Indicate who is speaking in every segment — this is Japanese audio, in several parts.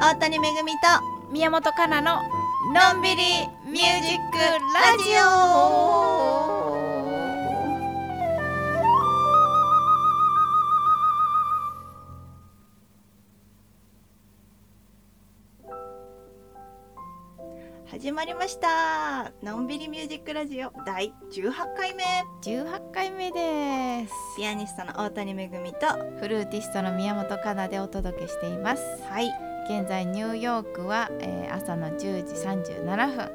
Speaker 1: 大谷めぐみと
Speaker 2: 宮本かなの
Speaker 1: のんびりミュージックラジオ始まりましたのんびりミュージックラジオ第18回目
Speaker 2: 18回目です
Speaker 1: ピアニストの大谷めぐみとは
Speaker 2: フルーティストの宮本かなでお届けしています
Speaker 1: い
Speaker 2: 現在ニューヨークは、えー朝の10時37分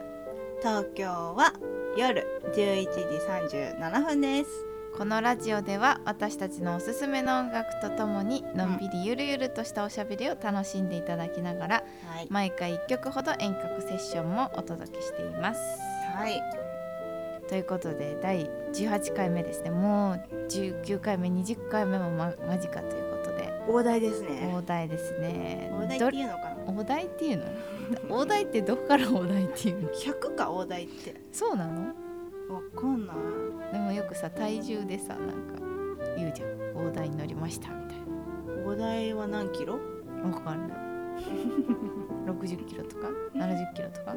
Speaker 1: 東京は夜11時37分です
Speaker 2: このラジオでは私たちのおすすめの音楽とともにのんびりゆるゆるとしたおしゃべりを楽しんでいただきながら
Speaker 1: はい
Speaker 2: 毎回1曲ほど遠隔セッションもお届けしています
Speaker 1: はい
Speaker 2: ということで第18回目ですねもう19回目20回目も、ま、間近ということで
Speaker 1: 大台ですね
Speaker 2: 大台ですね
Speaker 1: 大台
Speaker 2: ど
Speaker 1: っていうのかな
Speaker 2: 大台っていうの 大台ってどこから大台っていうの
Speaker 1: 100か大台って
Speaker 2: そうなの
Speaker 1: わかんない
Speaker 2: でもよくさ体重でさなんか言うじゃん大台に乗りましたみたい
Speaker 1: 大台は何キロ
Speaker 2: なわかん ない60キロとか70キロとか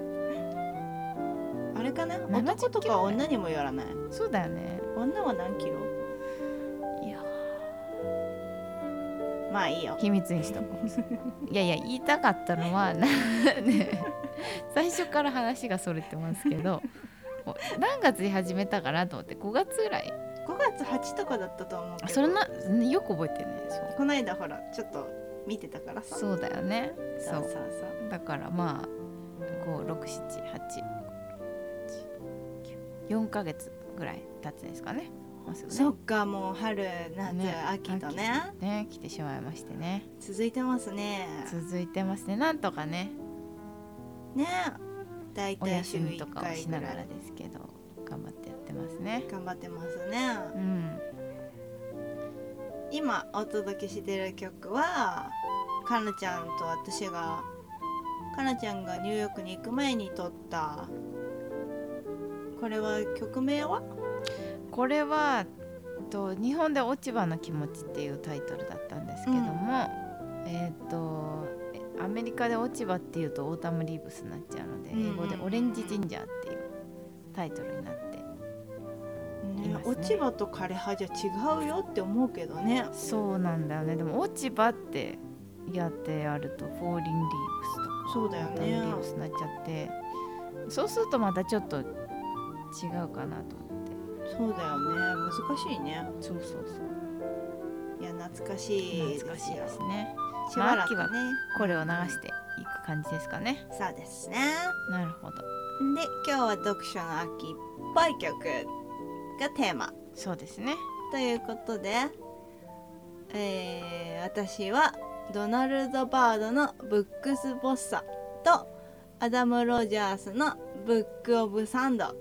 Speaker 1: あれかな
Speaker 2: 70
Speaker 1: 男と
Speaker 2: キロ
Speaker 1: か女にもよらない
Speaker 2: そうだよね
Speaker 1: 女は何キロ
Speaker 2: いや
Speaker 1: まあいいよ
Speaker 2: 秘密にしとこ ういやいや言いたかったの はなね最初から話がそれてますけ どもう何月に始めたかなと思って5月ぐらい
Speaker 1: 5月8とかだったと思うけど
Speaker 2: それなよく覚えてるねそう
Speaker 1: こないだほらちょっと見てたからさ
Speaker 2: そうだよね
Speaker 1: そ
Speaker 2: そう
Speaker 1: そう
Speaker 2: う
Speaker 1: そう
Speaker 2: だからまあ56784ヶ月ぐらい経つんですかねもうすぐね
Speaker 1: そっかもう春夏、秋とね
Speaker 2: 秋ね来てしまいましてね
Speaker 1: 続いてますね
Speaker 2: 続いてますねなんとかね
Speaker 1: ねだい
Speaker 2: お
Speaker 1: たい週
Speaker 2: 休みと
Speaker 1: 1
Speaker 2: かを
Speaker 1: 回
Speaker 2: し
Speaker 1: ぐら
Speaker 2: ないがらですけど頑張ってやってますね
Speaker 1: 頑張ってますね
Speaker 2: うん
Speaker 1: 今お届けしてる曲はかなちゃんと私がかなちゃんがニューヨークに行く前に撮ったこれは曲名は
Speaker 2: これはと日本で「落ち葉の気持ち」っていうタイトルだったんですけども、えっ、とえアメリカで「落ち葉」っていうとオータムリーブスになっちゃうので、
Speaker 1: うんうんうん
Speaker 2: 英語で「オレンジジンジャー」っていうタイトルになってい
Speaker 1: ね
Speaker 2: ますね
Speaker 1: 落ち葉と枯葉じゃ違うよって思うけどね
Speaker 2: そうなんだよねでも「落ち葉」ってやってやると「フォーリンリーブス」とか
Speaker 1: そうだよ
Speaker 2: オータムリ
Speaker 1: ね
Speaker 2: ーブスになっちゃってそうするとまたちょっと違うかなと思って
Speaker 1: そうだよね難しいね
Speaker 2: そうそうそう
Speaker 1: いや懐かしい
Speaker 2: 懐かしいです
Speaker 1: よ
Speaker 2: ね
Speaker 1: しばらくね
Speaker 2: まあ秋これを流していく感じですかね
Speaker 1: そうですね
Speaker 2: なるほど
Speaker 1: で今日は読書の秋っぽい曲がテーマ
Speaker 2: そうですね
Speaker 1: ということで、えー私はドナルド・バードの「ブックス・ボッサ」とアダム・ロジャースの「ブック・オブ・サンド」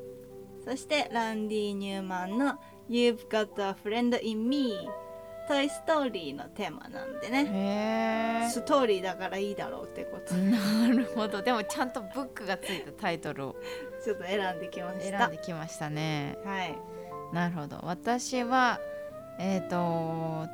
Speaker 1: そしてランディ・ニューマンの「You've Got a Friend in Me」「トイ・ストーリー」のテーマなんでね
Speaker 2: へ
Speaker 1: ストーリーだからいいだろうってこと
Speaker 2: なるほどでもちゃんとブックがついたタイトルを
Speaker 1: ちょっと選んできまし
Speaker 2: 選
Speaker 1: た
Speaker 2: んできましたね
Speaker 1: はい
Speaker 2: なるほど私はえっ、と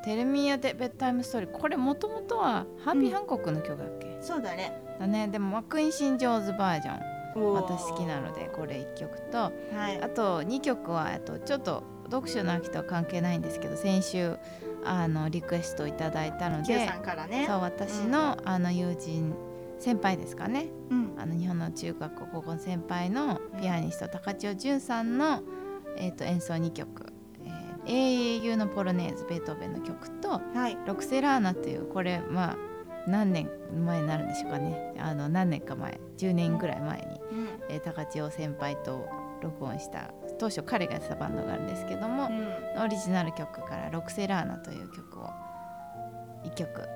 Speaker 2: 「テレミアでベッタイムストーリー」これもともとはハービー・ハンコックの曲だっけ、
Speaker 1: そうだね
Speaker 2: だねでもマクイン・シン・ジョーンズバージョン
Speaker 1: おー
Speaker 2: 私好きなのでこれ1曲と
Speaker 1: はい
Speaker 2: あと2曲はえっとちょっと読書の秋とは関係ないんですけど先週あのリクエストいただいたの
Speaker 1: Q
Speaker 2: で
Speaker 1: さんからね
Speaker 2: そう私の,、あの友人先輩ですかね
Speaker 1: うん
Speaker 2: あの日本の中学校高校の先輩のピアニスト高千穂淳さんの、えー、と演奏2曲「えー、英雄のポロネーズ」ベートーベンの曲と
Speaker 1: はい
Speaker 2: 「ロクセラーナ」というこれまあ何年前になるんでしょうかねあの何年か前10年ぐらい前に、
Speaker 1: うん
Speaker 2: えー高千穂先輩と録音した当初彼がやってたバンドがあるんですけども、
Speaker 1: うん
Speaker 2: オリジナル曲から「ロクセラーナ」という曲を1曲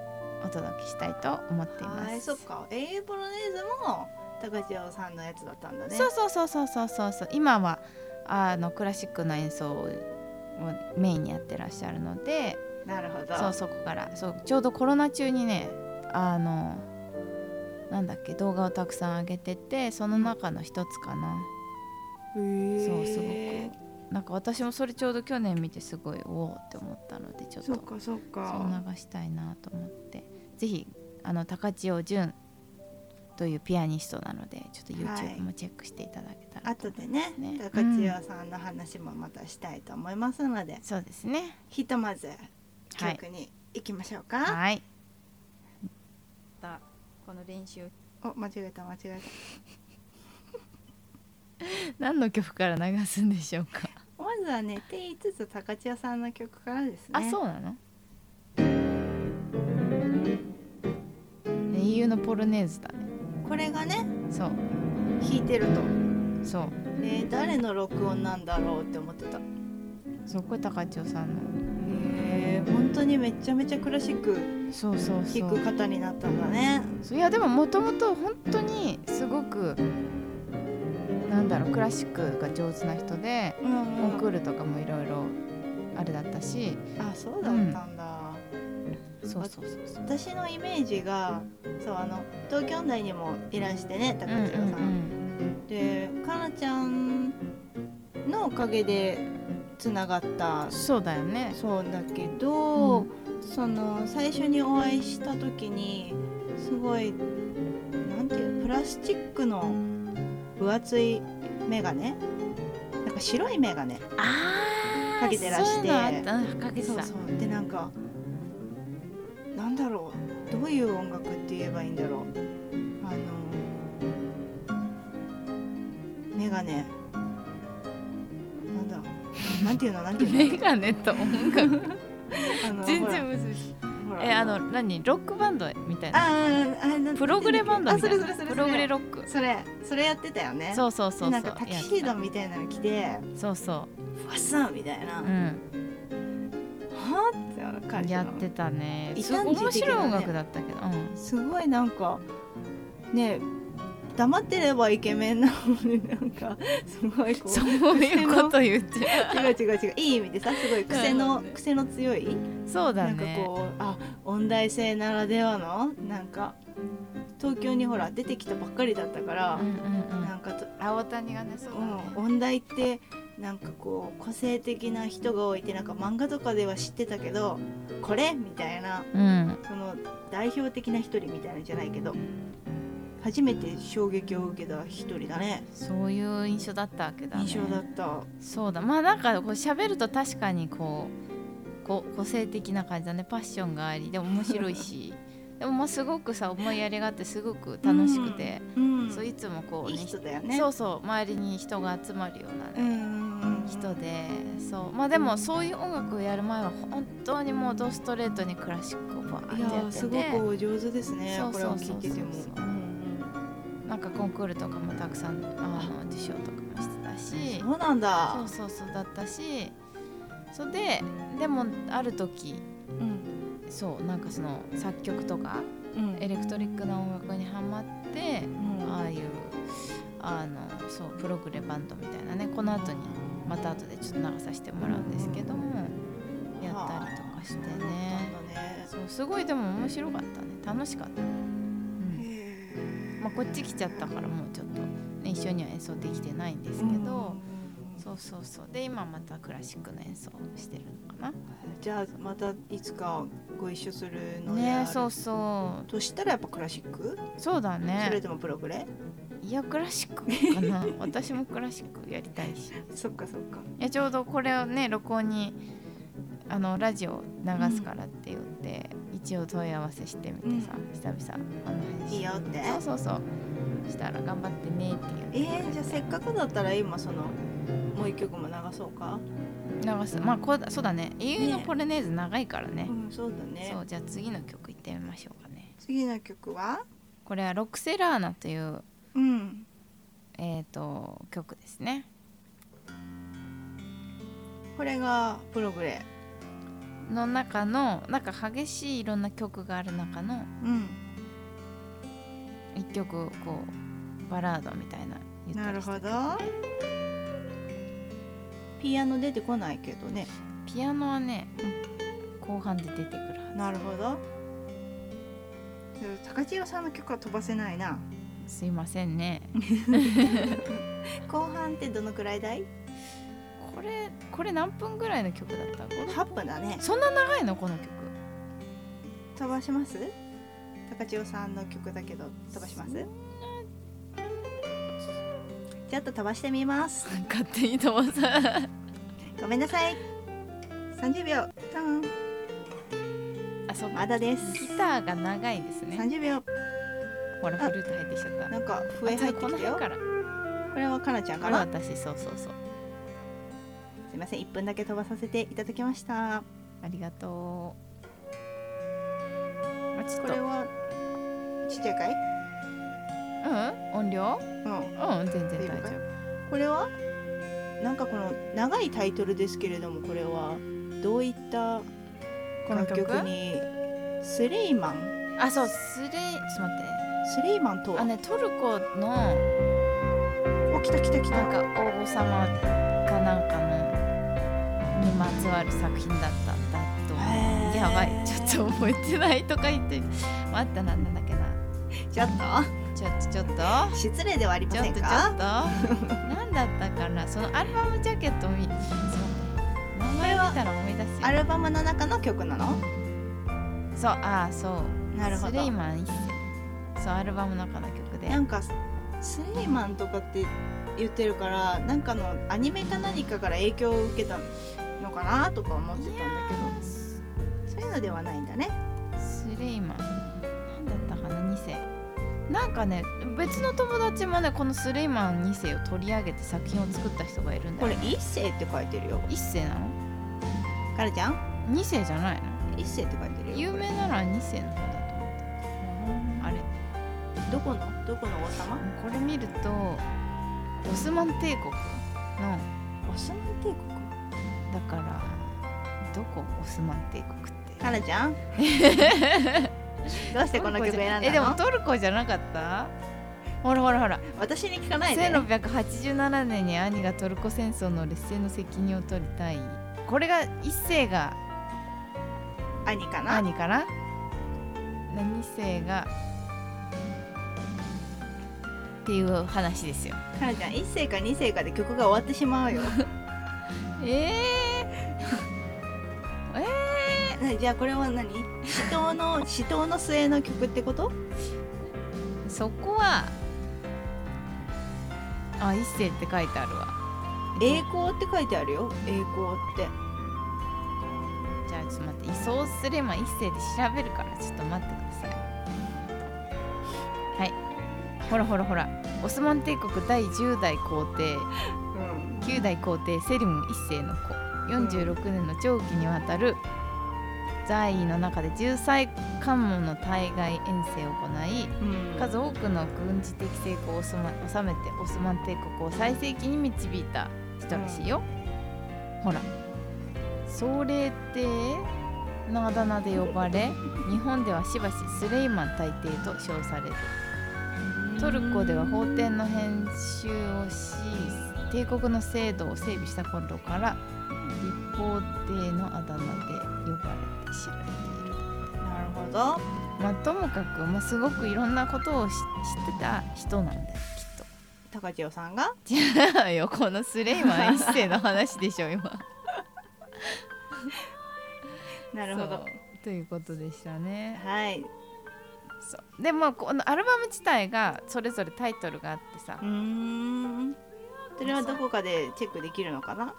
Speaker 2: お届けしたいと思っています。
Speaker 1: はい、そっか。英雄ポロネーズも高千穂さんのやつだったんだね。
Speaker 2: そうそうそうそうそうそうそう今はあのクラシックの演奏をメインにやってらっしゃるので
Speaker 1: なるほど。
Speaker 2: そうそこからそうちょうどコロナ中にねあのなんだっけ動画をたくさん上げててその中の一つかな、
Speaker 1: へえ
Speaker 2: そうすごくなんか私もそれちょうど去年見てすごいおおって思ったのでちょっと
Speaker 1: そっかそっ
Speaker 2: そう
Speaker 1: か。
Speaker 2: 流したいなと思ってぜひあの高千代純というピアニストなのでちょっと
Speaker 1: はい
Speaker 2: YouTube もチェックしていただけたら、
Speaker 1: 後でね
Speaker 2: ね
Speaker 1: 高千代さんの話もまたしたいと思いますので、
Speaker 2: そうですね
Speaker 1: ひとまず
Speaker 2: はい
Speaker 1: 曲に行きましょうか、
Speaker 2: はい
Speaker 3: たこの練習を
Speaker 1: お間違えた間違え
Speaker 2: 何の曲から流すんでしょうか、
Speaker 1: たまずはねって言いつつ高千代さんの曲からですね
Speaker 2: あそうなの英雄のポルネーズだね
Speaker 1: これがね
Speaker 2: そう
Speaker 1: 弾いてると
Speaker 2: そう
Speaker 1: えー誰の録音なんだろうって思ってたへ
Speaker 2: そうこれ高千代さんの
Speaker 1: え本当にめちゃめちゃクラシック
Speaker 2: そうそうそ
Speaker 1: 弾く
Speaker 2: う
Speaker 1: 方になったんだね
Speaker 2: そういやでももともと本当にすごくなんだろうクラシックが上手な人で
Speaker 1: うん
Speaker 2: コンクールとかもいろいろあれだったし
Speaker 1: あそうだったんだ、
Speaker 2: そうそうそうそう
Speaker 1: 私のイメージがそうあの東京音大にもいらしてね高
Speaker 2: うんうん
Speaker 1: 千代さん、でかなちゃんのおかげでつながった
Speaker 2: うんそうだよね
Speaker 1: そうだけど、
Speaker 2: うん
Speaker 1: その最初にお会いした時にすごいなんていうプラスチックの分厚い眼鏡なんか白い眼鏡
Speaker 2: あ
Speaker 1: ーかけてらして
Speaker 2: そういうのあったうんかけて
Speaker 1: そう
Speaker 2: た
Speaker 1: そうでなんかなんだろうどういう音楽って言えばいいんだろうあのメガネなんだなんていうのなんていう
Speaker 2: メガネと音 楽
Speaker 1: のあの
Speaker 2: 全
Speaker 1: ほら
Speaker 2: 然むずい
Speaker 1: ほら
Speaker 2: えあの何ロックバンドみたいな
Speaker 1: あああなん
Speaker 2: プログレバンド
Speaker 1: あ
Speaker 2: み
Speaker 1: そ
Speaker 2: た
Speaker 1: れ
Speaker 2: い
Speaker 1: それ
Speaker 2: な
Speaker 1: それ
Speaker 2: プログレロック
Speaker 1: それそれやってたよね
Speaker 2: そうそうそうそう
Speaker 1: なんかタキシー
Speaker 2: や
Speaker 1: ド
Speaker 2: っ
Speaker 1: みたいなの着て
Speaker 2: てたそうそ
Speaker 1: ファッサンみたいな、
Speaker 2: うう
Speaker 1: はあ
Speaker 2: ん
Speaker 1: ってな感じの
Speaker 2: やってたね
Speaker 1: 異
Speaker 2: すごい
Speaker 1: 端児
Speaker 2: 面
Speaker 1: 的
Speaker 2: 白い
Speaker 1: なね
Speaker 2: 音楽だったけど、うん、
Speaker 1: すごいなんかね黙ってればイケメンなのになんか すごいこ
Speaker 2: そうういうこと言って
Speaker 1: 違う違う違ういい意味でさすごい癖
Speaker 2: う
Speaker 1: の
Speaker 2: ん
Speaker 1: 癖の強い、
Speaker 2: そうだ
Speaker 1: なんか
Speaker 2: ね
Speaker 1: こうあ音大生ならではのなんか東京にほら出てきたばっかりだったから
Speaker 2: う、んうんう
Speaker 1: なんんかと、
Speaker 2: 青谷がねそうだね
Speaker 1: うん、音大ってなんかこう個性的な人が多いってなんか漫画とかでは知ってたけどこれみたいな
Speaker 2: うん
Speaker 1: その代表的な一人みたいなんじゃないけど初めて衝撃を受けた一人だね
Speaker 2: そういう印象だったわけだ、ね、
Speaker 1: 印象だった
Speaker 2: そうだまあなんかこう喋ると確かにこうこ個性的な感じだねパッションがありでも面白い しでもまあすごくさ思いやりがあってすごく楽しくて、
Speaker 1: うん
Speaker 2: そういつもこう
Speaker 1: い
Speaker 2: ね
Speaker 1: い人だよね
Speaker 2: そうそう周りに人が集まるようなね、
Speaker 1: うんうんうん
Speaker 2: 人でそうまあでもそういう音楽をやる前は本当にもうドストレートにクラシックをバー
Speaker 1: い
Speaker 2: って
Speaker 1: や
Speaker 2: やって
Speaker 1: ー
Speaker 2: て
Speaker 1: すごくお上手ですね
Speaker 2: そう
Speaker 1: これを
Speaker 2: そう
Speaker 1: 聞
Speaker 2: そうそう
Speaker 1: いてても
Speaker 2: なんかコンクールとかもたくさんあの受賞とかもしてたし
Speaker 1: そうなん
Speaker 2: そ
Speaker 1: だ
Speaker 2: うそうそうだったしそれででもある時
Speaker 1: うん
Speaker 2: そうなんかその作曲とか
Speaker 1: うん
Speaker 2: エレクトリックな音楽にハマって
Speaker 1: うん
Speaker 2: ああいうあのそうプログレバンドみたいなねこの後にまた後でちょっと流させてもらうんですけどもやったりとかして
Speaker 1: そう
Speaker 2: ね
Speaker 1: なんだね
Speaker 2: そうすごいでも面白かったね楽しかったね、うんまあ、こっち来ちゃったからもうちょっと、ね、一緒には演奏できてないんですけど、そうそうそうで今またクラシックの演奏をしてるのか
Speaker 1: じゃあまたいつかご一緒する
Speaker 2: な
Speaker 1: のであ
Speaker 2: ね
Speaker 1: る
Speaker 2: そうそう
Speaker 1: としたらやっぱクラシック
Speaker 2: そうだ
Speaker 1: それ
Speaker 2: ね
Speaker 1: ともプログレ
Speaker 2: いやクラシックか な私もクラシックやりたいし
Speaker 1: そっかそっか
Speaker 2: いやちょうどこれをね録音にあのラジオ流すからって言って、一応問い合わせしてみてさ、久々あの
Speaker 1: いいよって
Speaker 2: そうそうそうしたら頑張ってねって
Speaker 1: え
Speaker 2: 言って
Speaker 1: ー、じゃあせっかくだったら今そのもう一曲も流そうか
Speaker 2: 流すまあこうだそうだね英雄のポルネーズ長いからね
Speaker 1: うんそうだね
Speaker 2: そうじゃあ次の曲いってみましょうかね
Speaker 1: 次の曲は
Speaker 2: これは「ロクセラーナ」という、
Speaker 1: うん
Speaker 2: えー、と曲ですね
Speaker 1: これがプログレ
Speaker 2: の中のなんか激しいいろんな曲がある中の
Speaker 1: うん
Speaker 2: 一曲こうバラードみたいなゆった
Speaker 1: なる
Speaker 2: りし
Speaker 1: ほ
Speaker 2: た曲
Speaker 1: どピアノ出てこないけどね
Speaker 2: ピアノはね、後半で出てくるはず
Speaker 1: なるほど高千代さんの曲は飛ばせないな
Speaker 2: すいませんね
Speaker 1: 後半ってどのくらいだい
Speaker 2: これこれ何分ぐらいの曲だったこれ
Speaker 1: ?8 分だね
Speaker 2: そんな長いのこの曲
Speaker 1: 飛ばします高千代さんの曲だけど飛ばします
Speaker 2: い
Speaker 1: ちょっと飛ばしてみます
Speaker 2: 勝手に飛ばさ
Speaker 1: ごめんなさい30秒ターン
Speaker 2: あそう
Speaker 1: ま
Speaker 2: か
Speaker 1: だで
Speaker 2: ギ
Speaker 1: す
Speaker 2: ターが長いですね
Speaker 1: 30秒
Speaker 2: ほらフルート入ってきちゃった
Speaker 1: なんか
Speaker 2: あ
Speaker 1: 笛
Speaker 2: ちょ
Speaker 1: 入
Speaker 2: っ
Speaker 1: って
Speaker 2: とこ
Speaker 1: き
Speaker 2: の
Speaker 1: たよ
Speaker 2: 辺から
Speaker 1: これはかなちゃん
Speaker 2: か
Speaker 1: からな
Speaker 2: 私そうそうそう
Speaker 1: すいません1分だけ飛ばさせていただきました
Speaker 2: ありがとうあちょっ
Speaker 1: ことれはちっちゃいかい
Speaker 2: うん音量
Speaker 1: うん
Speaker 2: うん全然大丈
Speaker 1: 大丈
Speaker 2: 夫
Speaker 1: これはなんかこの長いタイトルですけれどもこれはどういった
Speaker 2: この
Speaker 1: 楽
Speaker 2: 曲
Speaker 1: 曲にスレイマン
Speaker 2: あそうスレイちょっと待っ
Speaker 1: スレイマンと
Speaker 2: て
Speaker 1: は
Speaker 2: あねトルコの
Speaker 1: お来た来た来
Speaker 2: なん
Speaker 1: た
Speaker 2: か応募様かなんかのにまつわる作品だったんだと思
Speaker 1: へ
Speaker 2: う
Speaker 1: ー
Speaker 2: やばいちょっと覚えてないとか言って待ったなんだっけな
Speaker 1: ちょっ
Speaker 2: ちょっとちょっと
Speaker 1: と失礼ではありま
Speaker 2: ちょっ
Speaker 1: せん
Speaker 2: とちょっと
Speaker 1: か
Speaker 2: 何だったかなそのアルバムジャケットを見そう名前見たら思い出すよ
Speaker 1: アルバムの中の曲なの
Speaker 2: そうああそう
Speaker 1: なるほど
Speaker 2: スレイマン一世そうアルバムの中の曲で
Speaker 1: なんかスレイマンとかって言ってるからなんかのアニメか何かから影響を受けたのかなとか思ってたんだ
Speaker 2: ス
Speaker 1: けどそういうのではないんだね
Speaker 2: スレイマン何だったかな2世なんかね別の友達もねこのスレイマン2世を取り上げて作品を作った人がいるんだ
Speaker 1: こ
Speaker 2: よ
Speaker 1: れ「
Speaker 2: ね
Speaker 1: 一世」って書いてるよ
Speaker 2: 1世なの
Speaker 1: カラちゃん
Speaker 2: ?2 世じゃないの
Speaker 1: 「一世」って書いてるよ
Speaker 2: 有
Speaker 1: これ
Speaker 2: 名なのは2世の方だと思ったあれ
Speaker 1: どこのどこの王様
Speaker 2: これ見るとオスマン帝国の
Speaker 1: オスマン帝国
Speaker 2: だからどこオスマン帝国って
Speaker 1: カラちゃ んどうしてこの曲選んだの
Speaker 2: えでもトルコじゃなかったほらほらほら
Speaker 1: 私に聞かないで
Speaker 2: 1687年に兄がトルコ戦争の劣勢の責任を取りたいこれが一世が
Speaker 1: 兄かな
Speaker 2: 兄かな二世がっていう話ですよ
Speaker 1: カラちゃん一世か二世かで曲が終わってしま うよ
Speaker 2: えー、え
Speaker 1: なじゃあこれは何死闘の死闘の末の曲ってこと
Speaker 2: ー、そこはあ一世って書いてあるわ
Speaker 1: 栄光って書いてあるよ栄光って
Speaker 2: じゃあちょっと待って移送すれば一斉で調べるからちょっと待ってくださいはいほらほらほらオスマン帝国第10代皇帝
Speaker 1: うん
Speaker 2: 9代皇帝セリム1世の子46年の長期にわたる在位の中で重罪関門の対外遠征を行い
Speaker 1: うん
Speaker 2: 数多くの軍事的成功を収ま収めてオスマン帝国を最盛期に導いた人らしいよ、ほら壮麗帝のあだ名で呼ばれ日本ではしばしスレイマン大帝と称されるトルコでは法典の編集をし帝国の制度を整備した頃から立法帝のあだ名で呼ばれて知られている
Speaker 1: なるほど
Speaker 2: まあ、ともかく、まあ、すごくいろんなことをし知ってた人なんだよ
Speaker 1: 高千代さんが
Speaker 2: きっと違うよこのスレイマン一世の話でしょ今
Speaker 1: なるほ
Speaker 2: そ
Speaker 1: ど
Speaker 2: うということでしたね
Speaker 1: はい
Speaker 2: そうでもこのアルバム自体がそれぞれタイトルがあってさ
Speaker 1: うーんそれはどこかでチェックできるのかな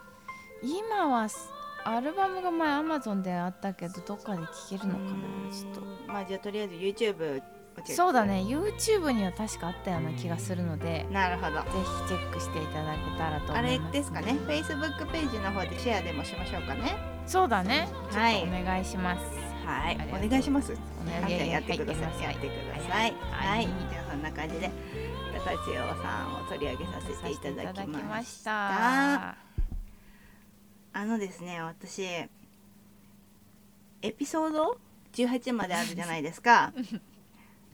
Speaker 2: 今はすアルバムが前アマゾンであったけどどっかで聴けるのかなちょっと
Speaker 1: とまあじゃあとりあえず YouTube をチェック
Speaker 2: そうだね YouTube には確かあったような気がするので、
Speaker 1: なるほど
Speaker 2: ぜひチェックしていただけたらと思
Speaker 1: あ
Speaker 2: い
Speaker 1: れ
Speaker 2: ます
Speaker 1: ですかね Facebook ページの方でシェアでもしましょうかね
Speaker 2: そうだね
Speaker 1: は
Speaker 2: お
Speaker 1: い
Speaker 2: 願いします
Speaker 1: はい
Speaker 2: ありがとう
Speaker 1: お願いします
Speaker 2: お願
Speaker 1: あんちゃんやってくださ
Speaker 2: はい
Speaker 1: やってくだ
Speaker 2: は
Speaker 1: さい
Speaker 2: は
Speaker 1: はいいじゃあそんな感じで高千代さんを取り上げさせていただきました
Speaker 2: た
Speaker 1: あのですね私エピソード18まであるじゃないです か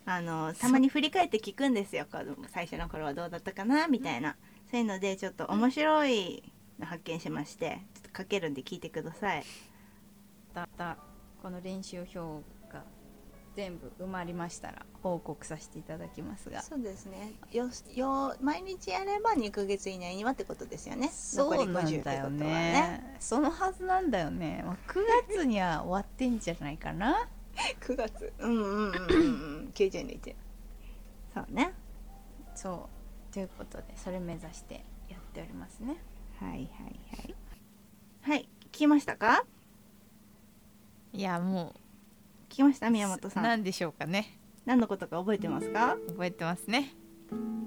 Speaker 1: あのたまに振り返って聞くんですよ子供最初の頃はどうだったかなみたいなそういうのでちょっと面白いの発見しましてちょっと書けるんで聞いてください
Speaker 3: またこの練習表が全部埋まりましたら報告させていただきますが
Speaker 1: そうですねよよ毎日やれば2ヶ月以内にはってことですよね
Speaker 3: そうなんだよねそのはずなんだよねまあ9月には終わってんじゃないかな
Speaker 1: 9月うんうんうんうん90日そうね
Speaker 3: そということでそれ目指してやっておりますね
Speaker 1: はいはいはいはい聞きましたか
Speaker 2: いやも
Speaker 1: 聞きました
Speaker 2: う
Speaker 1: 宮本さん
Speaker 2: 何でしょうかね
Speaker 1: 何のことか覚えてますか
Speaker 2: 覚えてますね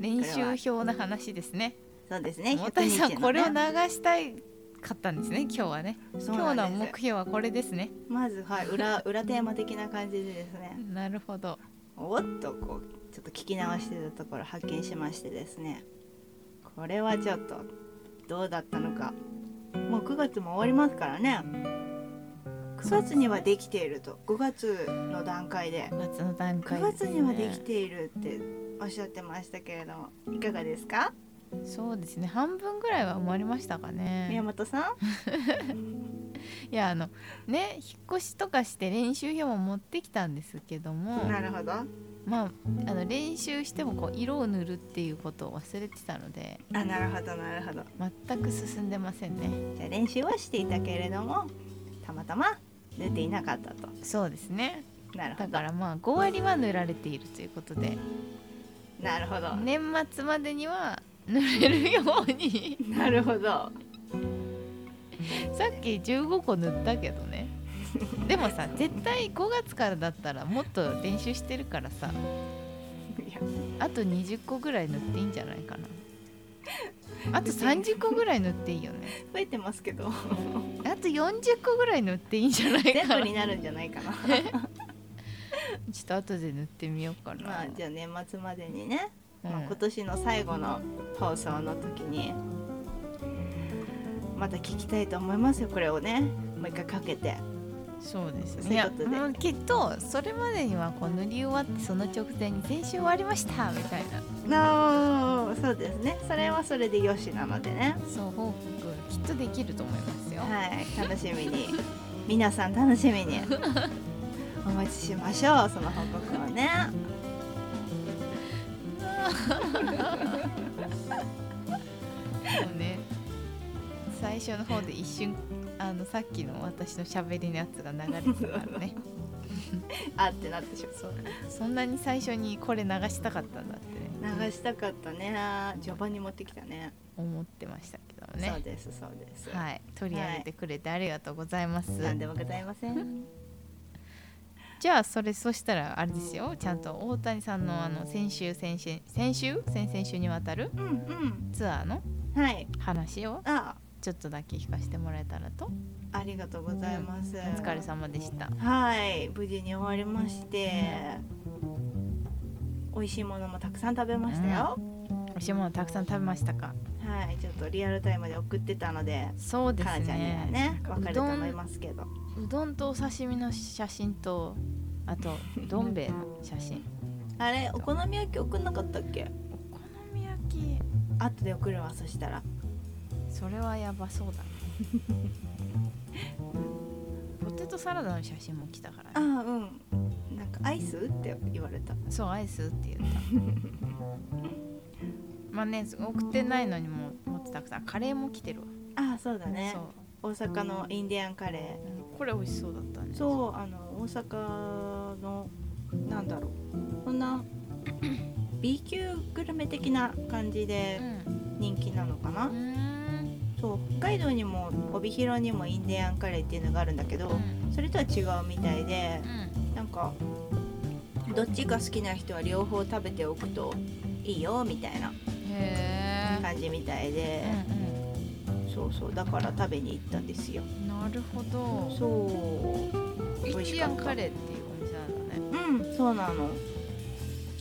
Speaker 2: 練習表の話ですね
Speaker 1: そうですね
Speaker 2: 大谷さん
Speaker 1: 100日のね
Speaker 2: これを流したいかったんですね今日はね
Speaker 1: そう
Speaker 2: 今日
Speaker 1: な
Speaker 2: の
Speaker 1: ん
Speaker 2: 目
Speaker 1: です
Speaker 2: 標はこれですね
Speaker 1: まずはい裏裏テーマ的な感じでですね
Speaker 2: なるほど
Speaker 1: おっとこうちょっと聞き流してたところ発見しましてですねこれはちょっとどうだったのかもう9月も終わりますからね9月にはできていると5月の段階で
Speaker 2: 9月の段階
Speaker 1: 9
Speaker 2: です
Speaker 1: 月
Speaker 2: ね
Speaker 1: にはできているっておっしゃってましたけれどもいかがですか
Speaker 2: そうですね半分ぐらいは埋まりましたか
Speaker 1: 宮
Speaker 2: ね
Speaker 1: 本さん
Speaker 2: いやあのね引っ越しとかして練習表も持ってきたんですけども
Speaker 1: なるほどあ
Speaker 2: まああの練習してもこう色を塗るっていうことを忘れてたので
Speaker 1: なるほどなるほど
Speaker 2: 全く進んでませんね
Speaker 1: じゃあ練習はしていたけれどもたまたま出ていなかったと
Speaker 2: そうですね
Speaker 1: なるほ
Speaker 2: だ
Speaker 1: ど
Speaker 2: からまあ5割は塗られているということで
Speaker 1: なるほど
Speaker 2: 年末までには塗れるように
Speaker 1: なるほど
Speaker 2: さっき15個塗ったけどねでもさ絶対5月からだったらもっと練習してるからさ
Speaker 1: いや
Speaker 2: あと20個ぐらい塗っていいんじゃないかなあと30個ぐらい塗っていいよね
Speaker 1: 増えてますけど
Speaker 2: あと40個ぐらい塗っていいんじゃない
Speaker 1: 全
Speaker 2: か
Speaker 1: 部
Speaker 2: なちょ
Speaker 1: になるんじゃないか な
Speaker 2: っと後で塗ってみようかな、
Speaker 1: まあじゃあ年末までにね、まあ
Speaker 2: うん
Speaker 1: 今年の最後の放送の時にまた聞きたいと思いますよこれをねもう一回かけて
Speaker 2: そうです
Speaker 1: そう
Speaker 2: ね。
Speaker 1: いうことで
Speaker 2: もうきっとそれまでにはこう塗り終わってその直前に全集終わりましたみたいな。
Speaker 1: なおそうですねそれはそれでよしなのでね
Speaker 2: そう報告きっとできると思いますよ。
Speaker 1: はい楽しみに皆さん楽しみにお待ちしましょうその報告をね
Speaker 2: もうね最初の方で一瞬あのさっきの私の喋りのやつが流れてたか らね。
Speaker 1: あってなってしまう
Speaker 2: そうそんなに最初にこれ流したかったんだってね
Speaker 1: 流したかったね序盤に持ってきたね
Speaker 2: 思ってましたけども
Speaker 1: そう
Speaker 2: ね。
Speaker 1: ですそうです、
Speaker 2: はい取り上げてくれてありがとうございます。
Speaker 1: なんでもございません
Speaker 2: じゃあそれそしたらあれですよちゃんと大谷さんのあの先週先週先週先々週にわたる
Speaker 1: うんうん
Speaker 2: ツアーの
Speaker 1: はい
Speaker 2: 話を
Speaker 1: あ
Speaker 2: ちょっとだけ聞かせてもらえたらと
Speaker 1: ありがとうございます、
Speaker 2: お疲れ様でした
Speaker 1: はい無事に終わりまして美味しいものもたくさん食べましたよ、
Speaker 2: おしいものたくさん食べましたか
Speaker 1: はいちょっとリアルタイムで送ってたので
Speaker 2: そうで
Speaker 1: か
Speaker 2: す
Speaker 1: なちゃんには
Speaker 2: ね
Speaker 1: ね
Speaker 2: なんか
Speaker 1: 分かる
Speaker 2: う
Speaker 1: と
Speaker 2: ど
Speaker 1: 思い
Speaker 2: ん
Speaker 1: ますけど
Speaker 2: うどんとお刺身の写真とあとどん兵衛の写真
Speaker 1: あれお好み焼き送んなかったっけ
Speaker 2: お好み焼き
Speaker 1: 後で送るわそしたら
Speaker 2: それはやばそうだねポテトサラダの写真も来たからね
Speaker 1: あうんなんかアイスって言われた
Speaker 2: そうアイスって言ったまあね送ってないのにももっとたくさんカレーも来てるわ、
Speaker 1: あそうだね
Speaker 2: そう
Speaker 1: 大阪のインディアンカレー
Speaker 2: うんこれ美味しそうだったね
Speaker 1: そうあの大阪のなんだろうこんな B 級グルメ的な感じで
Speaker 2: うん
Speaker 1: 人気なのかな
Speaker 2: うーん
Speaker 1: そう北海道にも帯広にもインディアンカレーっていうのがあるんだけどそれとは違うみたいで
Speaker 2: うん
Speaker 1: なんかどっちが好きな人は両方食べておくといいよみたいな
Speaker 2: へ
Speaker 1: 感じみたい
Speaker 2: え
Speaker 1: で、
Speaker 2: う
Speaker 1: そうそうだから食べに行ったんですよ
Speaker 2: んうんなるほど
Speaker 1: そう美
Speaker 2: インデ
Speaker 1: 味し
Speaker 2: ィ
Speaker 1: か
Speaker 2: ア
Speaker 1: った
Speaker 2: ンカレーっていうお店なんだね
Speaker 1: うんそうなの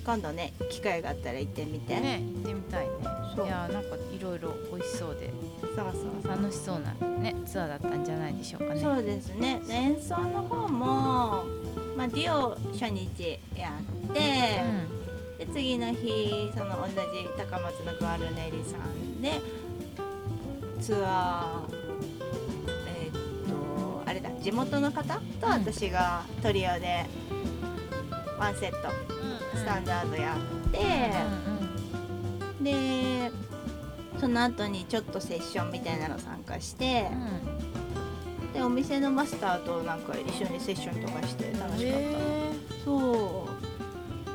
Speaker 1: 今度ね機会があったら行ってみて、
Speaker 2: ね行ってみたいね
Speaker 1: そう
Speaker 2: いやなんかいろいろ美味しそうで
Speaker 1: そうそう
Speaker 2: 楽しそうなねツアーだったんじゃないでしょうかね
Speaker 1: そうですね演奏の方も、まあ、ディオ初日やって、
Speaker 2: うん
Speaker 1: で次の日その同じ高松のグアルネリさんでツアーえーっとあれだ地元の方と
Speaker 2: うん
Speaker 1: 私がトリオでワンセットスタンダードやって、でその後にちょっとセッションみたいなの参加して
Speaker 2: うんうんうん
Speaker 1: でお店のマスターとなんか一緒にセッションとかして楽しかった、
Speaker 2: へえ
Speaker 1: そ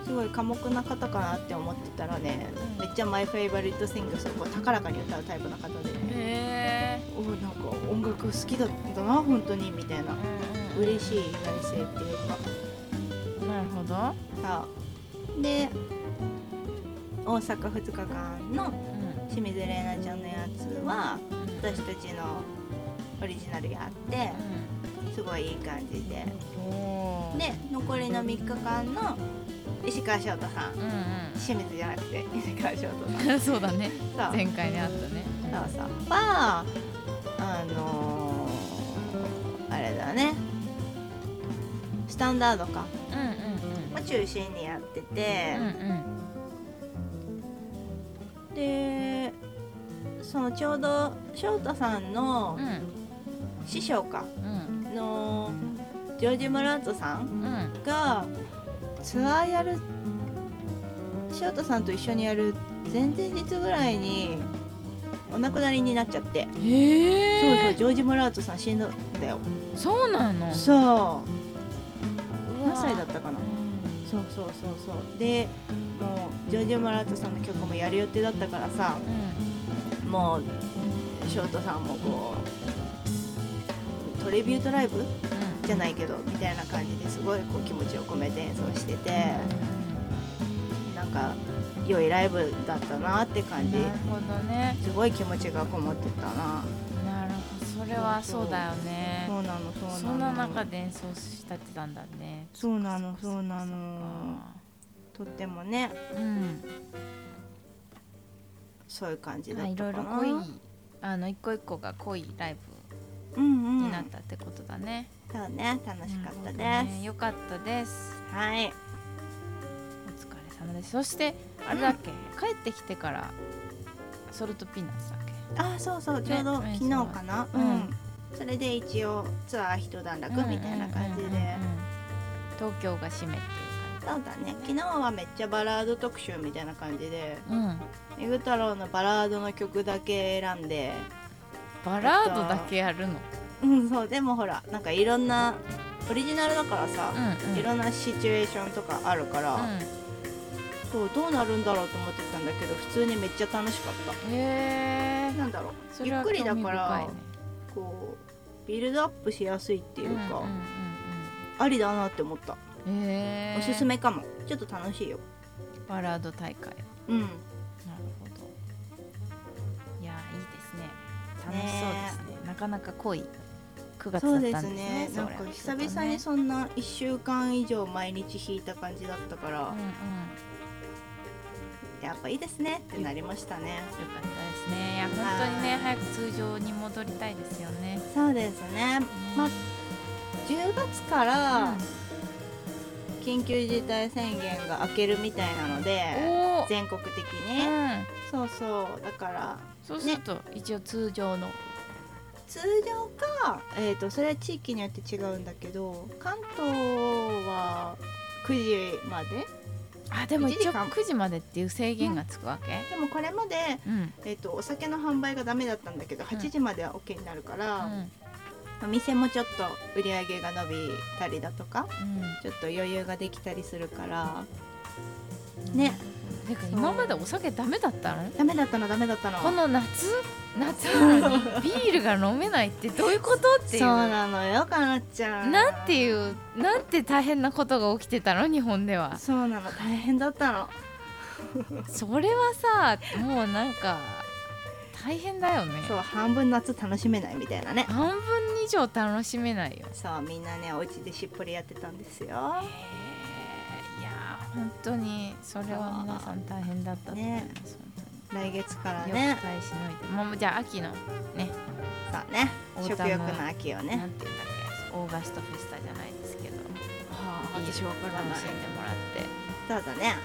Speaker 1: うすごい寡黙な方かなって思ってたらね
Speaker 2: うん
Speaker 1: めっちゃマイフェイバリットシングスをこう高らかに歌うタイプの方で
Speaker 2: へえ
Speaker 1: おーなんか音楽好きだったな本当にみたいな嬉しい意外性っていうか
Speaker 2: なるほど、
Speaker 1: さで大阪2日間の
Speaker 2: うん
Speaker 1: 清水玲奈ちゃんのやつは私たちのオリジナルやってすごいいい感じで
Speaker 2: うん、おー
Speaker 1: で残りの3日間の石川翔太さん
Speaker 2: う
Speaker 1: 清水じゃなくて石川翔太
Speaker 2: んうんそうだね
Speaker 1: さん
Speaker 2: 前回ねあったね
Speaker 1: そうそうはあのーあれだねスタンダードか
Speaker 2: うん
Speaker 1: を中心にやってて、
Speaker 2: うんうんうん
Speaker 1: でそのちょうど翔太さんの
Speaker 2: うん
Speaker 1: 師匠か
Speaker 2: うん
Speaker 1: のジョージ・ムラートさん
Speaker 2: うん
Speaker 1: がツアーやる翔太さんと一緒にやる前々日ぐらいにお亡くなりになっちゃって
Speaker 2: うんへ
Speaker 1: そうそう
Speaker 2: え
Speaker 1: ジョージ・ムラートさん死んだんだよ
Speaker 2: そうなの
Speaker 1: そう何歳だったかなそうそうそうそうでもうジョージ・ムラートさんの曲もやる予定だったからさ
Speaker 2: うん
Speaker 1: もうショートさんもこうトレビュートライブじゃないけどみたいな感じですごいこう気持ちを込めて演奏しててなんか良いライブだったなって感じ
Speaker 2: なるほどね
Speaker 1: すごい気持ちがこもってたな
Speaker 2: なるほどそれはそうだよね
Speaker 1: そうなのそうなの
Speaker 2: そんな中で演奏したってたんだね
Speaker 1: そうなのそうなのとってもね
Speaker 2: うん
Speaker 1: そういう感じだ
Speaker 2: まあ
Speaker 1: っ
Speaker 2: いろ
Speaker 1: た
Speaker 2: い
Speaker 1: か
Speaker 2: ろ
Speaker 1: な
Speaker 2: 濃いあの一個一個が濃いライ
Speaker 1: うん
Speaker 2: ブ
Speaker 1: う
Speaker 2: に
Speaker 1: ん
Speaker 2: なったってことだね、
Speaker 1: そうね楽しかったです、
Speaker 2: ねよかったです
Speaker 1: はい
Speaker 2: お疲れ様ですそしてあれだっけ、帰ってきてからソルトピーナッツだっけ
Speaker 1: あそうそうちょうど
Speaker 2: ね
Speaker 1: 昨日かな、
Speaker 2: うん
Speaker 1: うんそれで一応ツアー一段落みたいな感じで、
Speaker 2: うんうんうんうん東京が締めっていう
Speaker 1: そうだね昨日はめっちゃバラード特集みたいな感じで
Speaker 2: 感じ、
Speaker 1: えぐ太郎のバラードの曲だけ選んで
Speaker 2: うん、バラードだけやるの、
Speaker 1: うんそうでもほらなんかいろんなオリジナルだからさ
Speaker 2: う、んうん
Speaker 1: いろんなシチュエーションとかあるから、そうどうなるんだろうと思ってたんだけど普通にめっちゃ楽しかっ
Speaker 2: うん、へ
Speaker 1: た
Speaker 2: え
Speaker 1: なんだろう
Speaker 2: それは
Speaker 1: ゆっくりだから
Speaker 2: 興味深いね
Speaker 1: こうビルドアップしやすいっていうか、
Speaker 2: ん
Speaker 1: ありだなって思った
Speaker 2: うんうんへえ
Speaker 1: おすすめかもちょっと楽しいよ
Speaker 2: バラード大会
Speaker 1: うん
Speaker 2: なるほどいやいいですね楽しそうですねなかなか濃い9月
Speaker 1: そ
Speaker 2: だ
Speaker 1: う
Speaker 2: っ
Speaker 1: で
Speaker 2: た
Speaker 1: す
Speaker 2: んです
Speaker 1: ね
Speaker 2: ね
Speaker 1: なんか久々に
Speaker 2: そ
Speaker 1: そんな1週間以上毎日弾いた感じだったか
Speaker 2: う
Speaker 1: ら
Speaker 2: んうんよ
Speaker 1: やっぱいいですねってなりましたね
Speaker 2: かったですねいや本当にね早く通常に戻りたいですよね
Speaker 1: そうですねまあ10月から緊急事態宣言が明けるみたいなので
Speaker 2: おお
Speaker 1: 全国的
Speaker 2: う
Speaker 1: に
Speaker 2: ん
Speaker 1: そうそうだから
Speaker 2: そうすると一応通常の
Speaker 1: 通常か、えー、とそれは地域によって違うんだけど関東は9時まで
Speaker 2: あでも一
Speaker 1: 1時
Speaker 2: 応
Speaker 1: 間
Speaker 2: 9時までっていう制限がつくわけ
Speaker 1: でもこれまで、
Speaker 2: うん
Speaker 1: えー、とお酒の販売がダメだったんだけど8時までは OK になるから、
Speaker 2: うん
Speaker 1: お店もちょっと売り上げが伸びたりだとか
Speaker 2: うん
Speaker 1: ちょっと余裕ができたりするからね
Speaker 2: てか今までお酒ダメだったの
Speaker 1: ダメだったのダメだったの
Speaker 2: この夏夏な のにビールが飲めないってどういうことっていう
Speaker 1: そうなのよかなっちゃん
Speaker 2: なんていうなんて大変なことが起きてたの日本では
Speaker 1: そうなの大変だったの
Speaker 2: それはさもうなんか大変だよね
Speaker 1: そう半分夏楽しめないみたいなね
Speaker 2: 半分以上楽しめないよ
Speaker 1: そうみんなねお家でしっぽりやってたんですよ
Speaker 2: えーいやー本当にそれは皆さん大変だったと思います、
Speaker 1: 来月か
Speaker 2: 本
Speaker 1: ら
Speaker 2: 当によ
Speaker 1: ね
Speaker 2: く耐えしのいで、まあ、じゃあ秋の
Speaker 1: そうね
Speaker 2: オー
Speaker 1: 食
Speaker 2: タム
Speaker 1: 欲の秋を
Speaker 2: な
Speaker 1: ね
Speaker 2: んていうんだっけオーガストフェスタじゃないですけど
Speaker 1: はあ
Speaker 2: いい
Speaker 1: 私わからな
Speaker 2: 楽
Speaker 1: い
Speaker 2: しんでもらって
Speaker 1: そうだね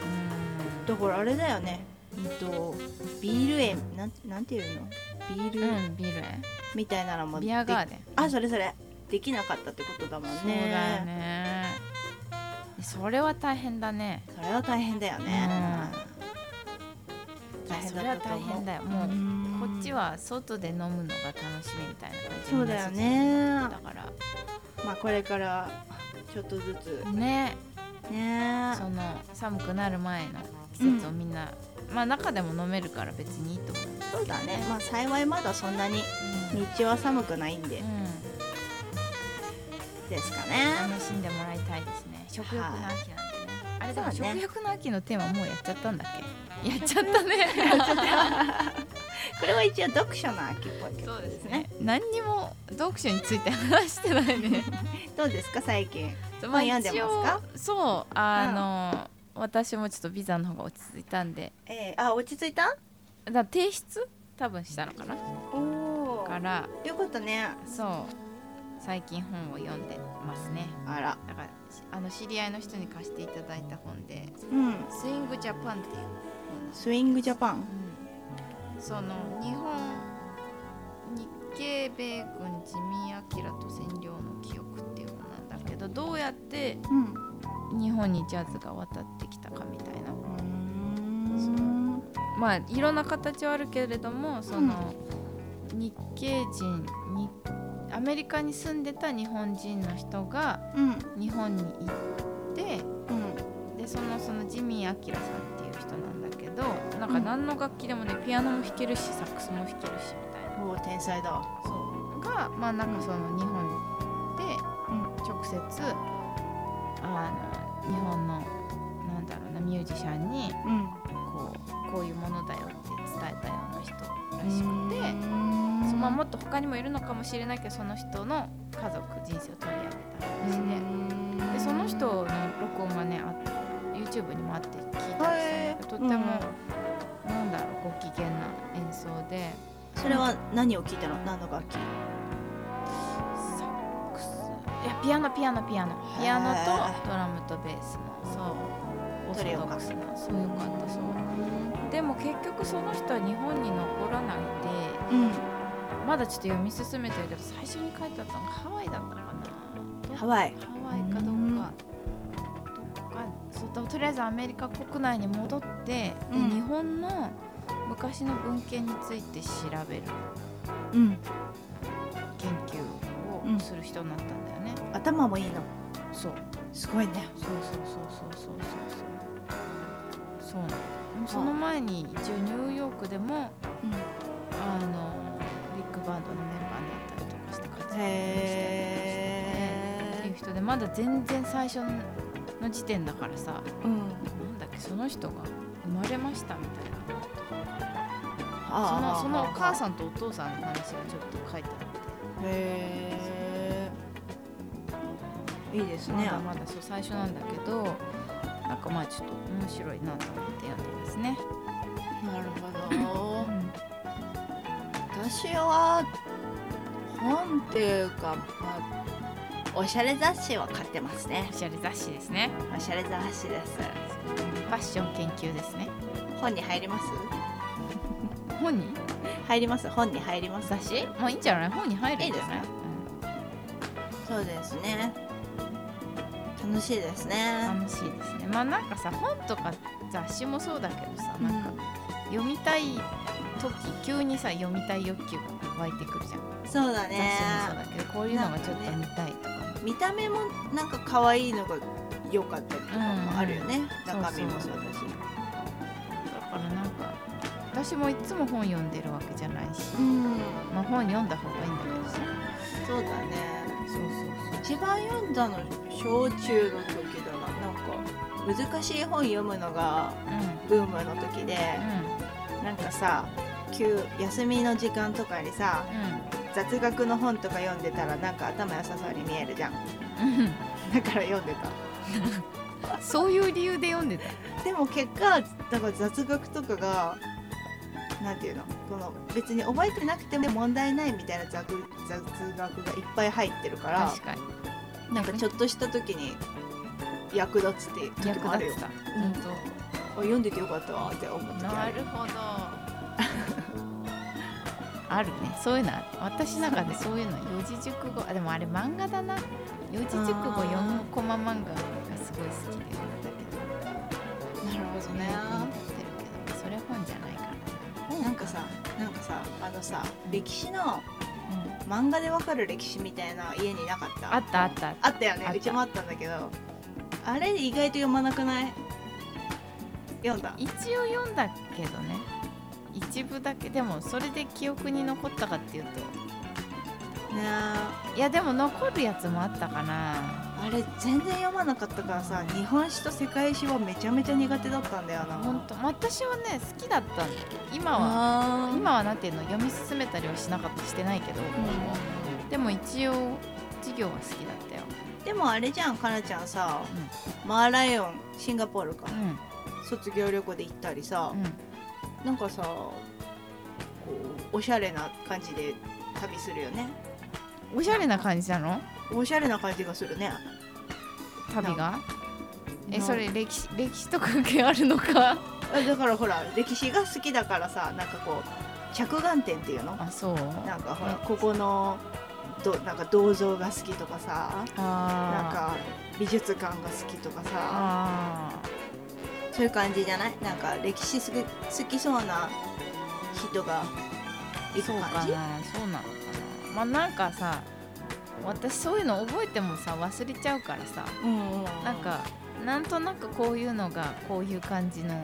Speaker 1: だからあれだよねえっとビール園なんなんていうのビール、
Speaker 2: うん、うん、ビール園
Speaker 1: みたいなのも
Speaker 2: ビアガー
Speaker 1: で
Speaker 2: デン
Speaker 1: あそれそれできなかったってことだもんね
Speaker 2: そうだよねそれは大変だね
Speaker 1: それは大変だよね、大変
Speaker 2: そ
Speaker 1: だ
Speaker 2: れは
Speaker 1: ったと
Speaker 2: 大
Speaker 1: 思う
Speaker 2: 変だよ
Speaker 1: う
Speaker 2: もうこ
Speaker 1: ん
Speaker 2: っちは外で飲むのが楽しみみたいな感じ
Speaker 1: そうだよね
Speaker 2: だから
Speaker 1: まあこれからちょっとずつ
Speaker 2: ね
Speaker 1: ね
Speaker 2: その寒くなる前の季節をみんな、まあ中でも飲めるから別にいいと思う、
Speaker 1: そうだねまあ幸いまだそんなに
Speaker 2: うん
Speaker 1: 日中は寒くないんでですかね
Speaker 2: 楽しんでもらいたいですね食欲の秋なんでね、あれでも
Speaker 1: そうね
Speaker 2: 食欲の秋のテーマもうやっちゃったんだっけ やっちゃったね
Speaker 1: これは一応読書の秋っぽいけどですね
Speaker 2: 何にも読書について話してないね
Speaker 1: どうですか最近
Speaker 2: ま
Speaker 1: 読んでますか
Speaker 2: 一応そうあの、私もちょっとビザの方が落ち着いたんで
Speaker 1: えー、あ落ち着いた
Speaker 2: だから提出多分したのかな
Speaker 1: おお
Speaker 2: から
Speaker 1: よかったね
Speaker 2: そう最近本を読んでますね
Speaker 1: あら
Speaker 2: だからしあの知り合いの人に貸していただいた本で
Speaker 1: うん
Speaker 2: 「スイングジャパン」っていう本なんです
Speaker 1: スイングジャパン
Speaker 2: うんその日本日系米軍自民アキラと占領の記憶っていう本なんだけどどうやって
Speaker 1: うん
Speaker 2: 日本にジャズが渡ってきたかみたいな
Speaker 1: うーん
Speaker 2: まあいろんな形はあるけれどもその、日系人にアメリカに住んでた日本人の人が
Speaker 1: うん
Speaker 2: 日本に行ってでそのそのジミー・アキラさんっていう人なんだけどなんか何の楽器でもねピアノも弾けるしサックスも弾けるしみたいな
Speaker 1: うんおお天才だ
Speaker 2: そうがまあなんかその日本で
Speaker 1: うん
Speaker 2: 直接あの日本のなんだろうなミュージシャンに
Speaker 1: うん
Speaker 2: こうこういうものだよって伝えたような人らしくて。
Speaker 1: く
Speaker 2: そまあ、もっと他にもいるのかもしれないけどその人の家族人生を取り上げた話で,、でその人の録音がねあ YouTube にもあって聞いたりしたんだ
Speaker 1: へ
Speaker 2: け
Speaker 1: ー
Speaker 2: どとっても、なんだろうご機嫌な演奏で
Speaker 1: それは何を聞いたの何の楽器
Speaker 2: サックスいやピアノピアノピアノ
Speaker 1: へー
Speaker 2: ピアノとドラムとベースのそうオー
Speaker 1: トリ
Speaker 2: ソ
Speaker 1: オ
Speaker 2: ド
Speaker 1: か
Speaker 2: ックスなそうよかったそうでも結局その人は日本に残らない
Speaker 1: う
Speaker 2: で
Speaker 1: ん
Speaker 2: まだちょっと読み進めてるけど最初に書いてあったのがハワイだったかな
Speaker 1: ハワイ
Speaker 2: ハワイかどっかどっかそうととりあえずアメリカ国内に戻って、で
Speaker 1: うん
Speaker 2: 日本の昔の文献について調べる
Speaker 1: うん
Speaker 2: 研究をする人になったんだよね、
Speaker 1: 頭もいいの
Speaker 2: そう
Speaker 1: すごいね
Speaker 2: そうそうそうそうそうそうそうそうなのその前に一応ニューヨークでもあのビッグバンドのメンバーだったりとかして活躍してた
Speaker 1: へ
Speaker 2: りしててっていう人でまだ全然最初の時点だからさ
Speaker 1: ーうん
Speaker 2: なんだっけその人が生まれましたみたいなそ
Speaker 1: あ
Speaker 2: の
Speaker 1: ー
Speaker 2: そのお母
Speaker 1: ん
Speaker 2: さんとお父さんの話がちょっと書いてあっ
Speaker 1: へ
Speaker 2: て
Speaker 1: えいいです
Speaker 2: ま
Speaker 1: ね
Speaker 2: だまだそう最初なんだけどなんかまあちょっと面白いなと思って読んでますね。
Speaker 1: なる
Speaker 2: う
Speaker 1: ほど
Speaker 2: ん
Speaker 1: 私は本っていうか、まあ、おしゃれ雑誌は買ってますね
Speaker 2: おしゃれ雑誌ですね。
Speaker 1: おしゃれ雑誌です
Speaker 2: ファッション研究ですね。
Speaker 1: 本に入ります
Speaker 2: 本に
Speaker 1: 入ります本に入ります
Speaker 2: 雑誌まあいいんじゃない本に入るんじゃない
Speaker 1: いいでそうですね楽しいですね
Speaker 2: うん楽しいですね。まあなんかさ本とか雑誌もそうだけどさ
Speaker 1: う
Speaker 2: なんか読みたい時急にさ読みたい欲求が湧いてくるじゃん。
Speaker 1: んそうだ
Speaker 2: 雑誌
Speaker 1: ね
Speaker 2: もそうだけどこういうのがちょっと見たいとかね
Speaker 1: 見た目もなんか可愛いのが良かったりとかもあるよね、
Speaker 2: うん
Speaker 1: 中身もそうだし
Speaker 2: だからなんか私もいつも本読んでるわけじゃないし、
Speaker 1: うん
Speaker 2: まあ、本読んだ方がいいんだけどさ
Speaker 1: そうだね
Speaker 2: そうそう
Speaker 1: 一番読んだの小中の時だななんか難しい本読むのが
Speaker 2: そううん
Speaker 1: ブームの時でなんかさ休休みの時間とかにさ雑学の本とか読んでたらなんか頭良さそうに見えるじゃん
Speaker 2: うんうん
Speaker 1: だから読んでた
Speaker 2: そういう理由で読んでた
Speaker 1: でも結果だから雑学とかがなんていうのこの別に覚えてなくても問題ないみたいな雑雑学がいっぱい入ってるから
Speaker 2: 確かに
Speaker 1: なんかちょっとした時に役立つっていう時もあ
Speaker 2: 役
Speaker 1: るよ
Speaker 2: 立つた
Speaker 1: うんあ読んでてよかったわって思った時ある
Speaker 2: ほど あるねそういうのある私の中でそういうの四字熟語あでもあれ漫画だな四字熟語
Speaker 1: あー
Speaker 2: 4コマ漫画がすごい好きで読んだけど
Speaker 1: なるほどね
Speaker 2: それ本じゃないから。
Speaker 1: なんかさなんかさあのさ歴史の漫画でわかる歴史みたいな家になかった
Speaker 2: あったあった。
Speaker 1: あったよ
Speaker 2: あっ
Speaker 1: ね
Speaker 2: た
Speaker 1: うちもあったんだけどあれ意外と読まなくない読んだ
Speaker 2: 一応読んだけどね一部だけでもそれで記憶に残ったかっていうと
Speaker 1: ねあ
Speaker 2: いやでも残るやつもあったかな
Speaker 1: あれ全然読まなかったからさ日本史と世界史はめちゃめちゃ苦手だったんだよな
Speaker 2: ほんと私はね好きだったんだよ今は
Speaker 1: あー
Speaker 2: 今はなんていうの読み進めたりはしなかったしてないけど、でも一応授業は好きだったよ
Speaker 1: でもあれじゃんかなちゃんさ、マーライオンシンガポールか、
Speaker 2: う
Speaker 1: 卒業旅行で行ったりさ
Speaker 2: ん、うん
Speaker 1: なんかさこうおしゃれな感じで旅するよね
Speaker 2: おしゃれな感じなの
Speaker 1: おしゃれな感じがするね
Speaker 2: 旅がえ
Speaker 1: な
Speaker 2: それ歴史歴史と関係あるのか
Speaker 1: あだからほら歴史が好きだからさなんかこう着眼点っていうの
Speaker 2: あそう
Speaker 1: なんかほらここのどなんか銅像が好きとかさ
Speaker 2: あ
Speaker 1: なん
Speaker 2: ー
Speaker 1: か美術館が好きとかさ
Speaker 2: あ
Speaker 1: そういう感じじゃないなんか歴史好き好きそうな人が
Speaker 2: ー
Speaker 1: 行く
Speaker 2: そうかな
Speaker 1: 感
Speaker 2: そう
Speaker 1: じ
Speaker 2: なのかなまあなんかさ私そういうの覚えてもさ忘れちゃうからさ
Speaker 1: うんうん
Speaker 2: なんかなんとなくこういうのがこういう感じの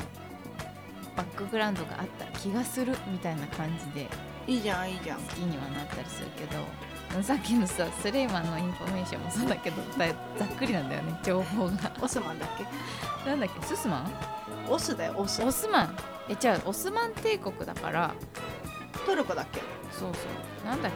Speaker 2: バックグラウンドがあった気がするみたいな感じで
Speaker 1: いいじゃんいいじゃん
Speaker 2: 好きにはなったりするけどさっきのさスレイマンのインフォメーションもそうだけどだざっくりなんだよね情報が
Speaker 1: オスマンだっけ
Speaker 2: なんだっけススマン
Speaker 1: オスだよオス
Speaker 2: オスマンえじゃあオスマン帝国だから
Speaker 1: トルコだっけ
Speaker 2: そうそうなんだっ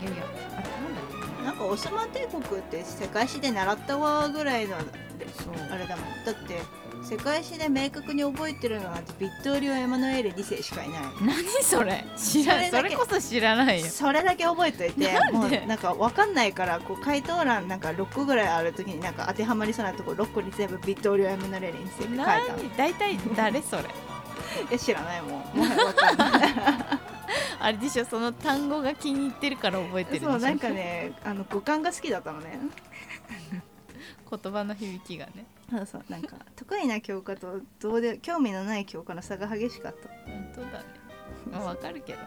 Speaker 2: けいやいやあれなんだっ
Speaker 1: なんかオスマン帝国って世界史で習ったわぐらいの
Speaker 2: けそう
Speaker 1: あれだもんだって世界史で明確に覚えてるのはビットーリオ・エマヌエール2世しかいない
Speaker 2: 何それ知ら
Speaker 1: それ
Speaker 2: そ
Speaker 1: だけ
Speaker 2: れこそ知らないよ
Speaker 1: それだけ覚えといて
Speaker 2: なんで
Speaker 1: もうなんかわかんないからこう回答欄なんか6個ぐらいある時になんか当てはまりそうなとこ6個に全部ビットーリオ・エマヌエール2世って書い たのい
Speaker 2: 何大体誰それ
Speaker 1: や知らないもんもはやわかんない
Speaker 2: あれでしょその単語が気に入ってるから覚えてるんでしょ
Speaker 1: そうなんかねあの五感が好きだったのね
Speaker 2: 言葉の響きがね
Speaker 1: そうそうなんか得意な教科とどうで興味のない教科の差が激しかった
Speaker 2: 本当だねまあわかるけどね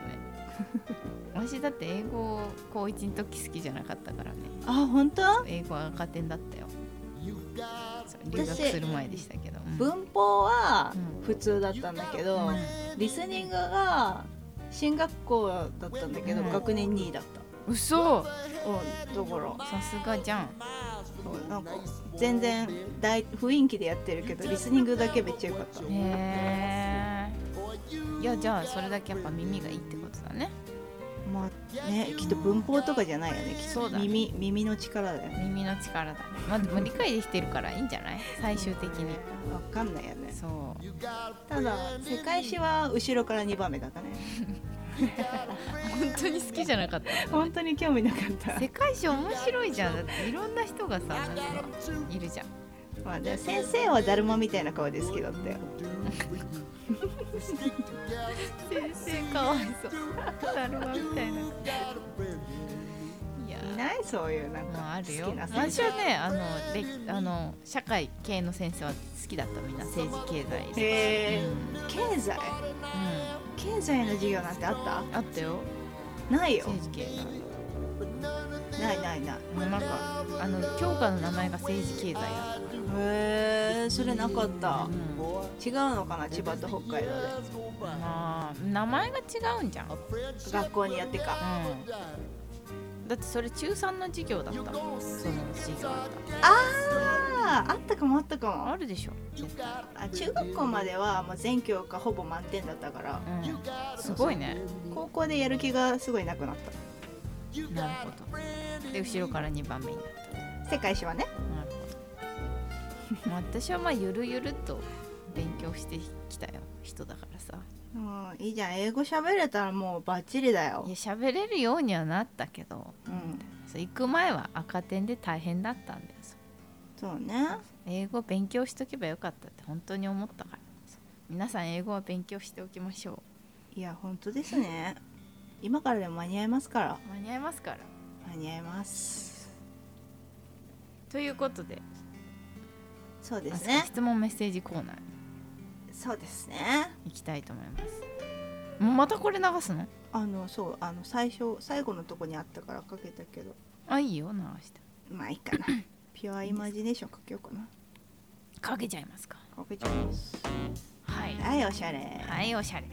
Speaker 2: 私だって英語高1の時好きじゃなかったからね
Speaker 1: あ本当
Speaker 2: 英語は赤点だったよそう留学
Speaker 1: 私
Speaker 2: する前でしたけど、うん
Speaker 1: 文法は
Speaker 2: うん
Speaker 1: 普通だったんだけど、リスニングが進学校だったんだけど、
Speaker 2: うん
Speaker 1: 学年2位だった
Speaker 2: 嘘
Speaker 1: うんだから
Speaker 2: さすがじゃん
Speaker 1: そうなんか全然大雰囲気でやってるけどリスニングだけめっちゃ良かった
Speaker 2: へえいやじゃあそれだけやっぱ耳がいいってことだね
Speaker 1: まあねきっと文法とかじゃないよねきっ
Speaker 2: そう
Speaker 1: と
Speaker 2: だね
Speaker 1: 耳耳の力だよね
Speaker 2: 耳の力だねまあでも理解できてるからいいんじゃない最終的に
Speaker 1: わかんないよね
Speaker 2: そう
Speaker 1: ただ世界史は後ろから2番目だったね
Speaker 2: 本当に好きじゃなかった
Speaker 1: 本当に興味なかった
Speaker 2: 世界史面白いじゃんだっていろんな人がさなんかいるじゃん
Speaker 1: まあ、で先生はだるまみたいな顔で好きだったよ
Speaker 2: 先生かわいそうだるまみたいないや
Speaker 1: いないそういうなん
Speaker 2: もう
Speaker 1: か
Speaker 2: あ
Speaker 1: 好
Speaker 2: るよ
Speaker 1: きな先
Speaker 2: 私
Speaker 1: 生
Speaker 2: はねあのれあの社会系の先生は好きだったみんな政治経済で
Speaker 1: へ
Speaker 2: う
Speaker 1: え
Speaker 2: ん
Speaker 1: 経済経済の授業なんてあった
Speaker 2: うんあったよ
Speaker 1: ないよ
Speaker 2: 政治経済
Speaker 1: ないないない
Speaker 2: もうなんかあの教科の名前が政治経済だっ、
Speaker 1: へえそれなかったた
Speaker 2: うん
Speaker 1: 違うのかな千葉と北海道で
Speaker 2: まあ名前が違うんじゃん、うん、
Speaker 1: 学校によってか
Speaker 2: だってそれ中3の授業だったもんその授業だった
Speaker 1: あああったかもあったか
Speaker 2: あるでしょ絶対、
Speaker 1: もあ中学校まではもう全教科ほぼ満点だったから
Speaker 2: うん、すごいね
Speaker 1: 高校でやる気がすごいなくなっ
Speaker 2: なるほどで後ろから2番目になった
Speaker 1: 世界史はね
Speaker 2: たなるほ ど、まあ、私はまあゆるゆると勉強してきたよ人だからさ
Speaker 1: うんいいじゃん英語喋れたらもうバッチリだよ
Speaker 2: いや喋れるようにはなったけど
Speaker 1: うん
Speaker 2: そう行く前は赤点で大変だったんだよそう
Speaker 1: そうね
Speaker 2: 英語勉強しとけばよかったって本当に思ったからそう皆さん英語は勉強しておきましょ
Speaker 1: いや本当ですね今からでも間に合いますから
Speaker 2: う間に合いますから
Speaker 1: 間に合います
Speaker 2: ということで
Speaker 1: そうで
Speaker 2: あ
Speaker 1: すね
Speaker 2: 質問メッセージコーナー
Speaker 1: そうですね
Speaker 2: 行きたいと思いますもうまたこれ流すの
Speaker 1: あのそうあの最初最後のとこにあったからかけたけど
Speaker 2: あいいよ流して
Speaker 1: まあいいかなピュアイマジネーションかけようかな
Speaker 2: かけちゃいますか
Speaker 1: かけちゃいます
Speaker 2: はい
Speaker 1: はいおしゃれ
Speaker 2: はいおしゃれ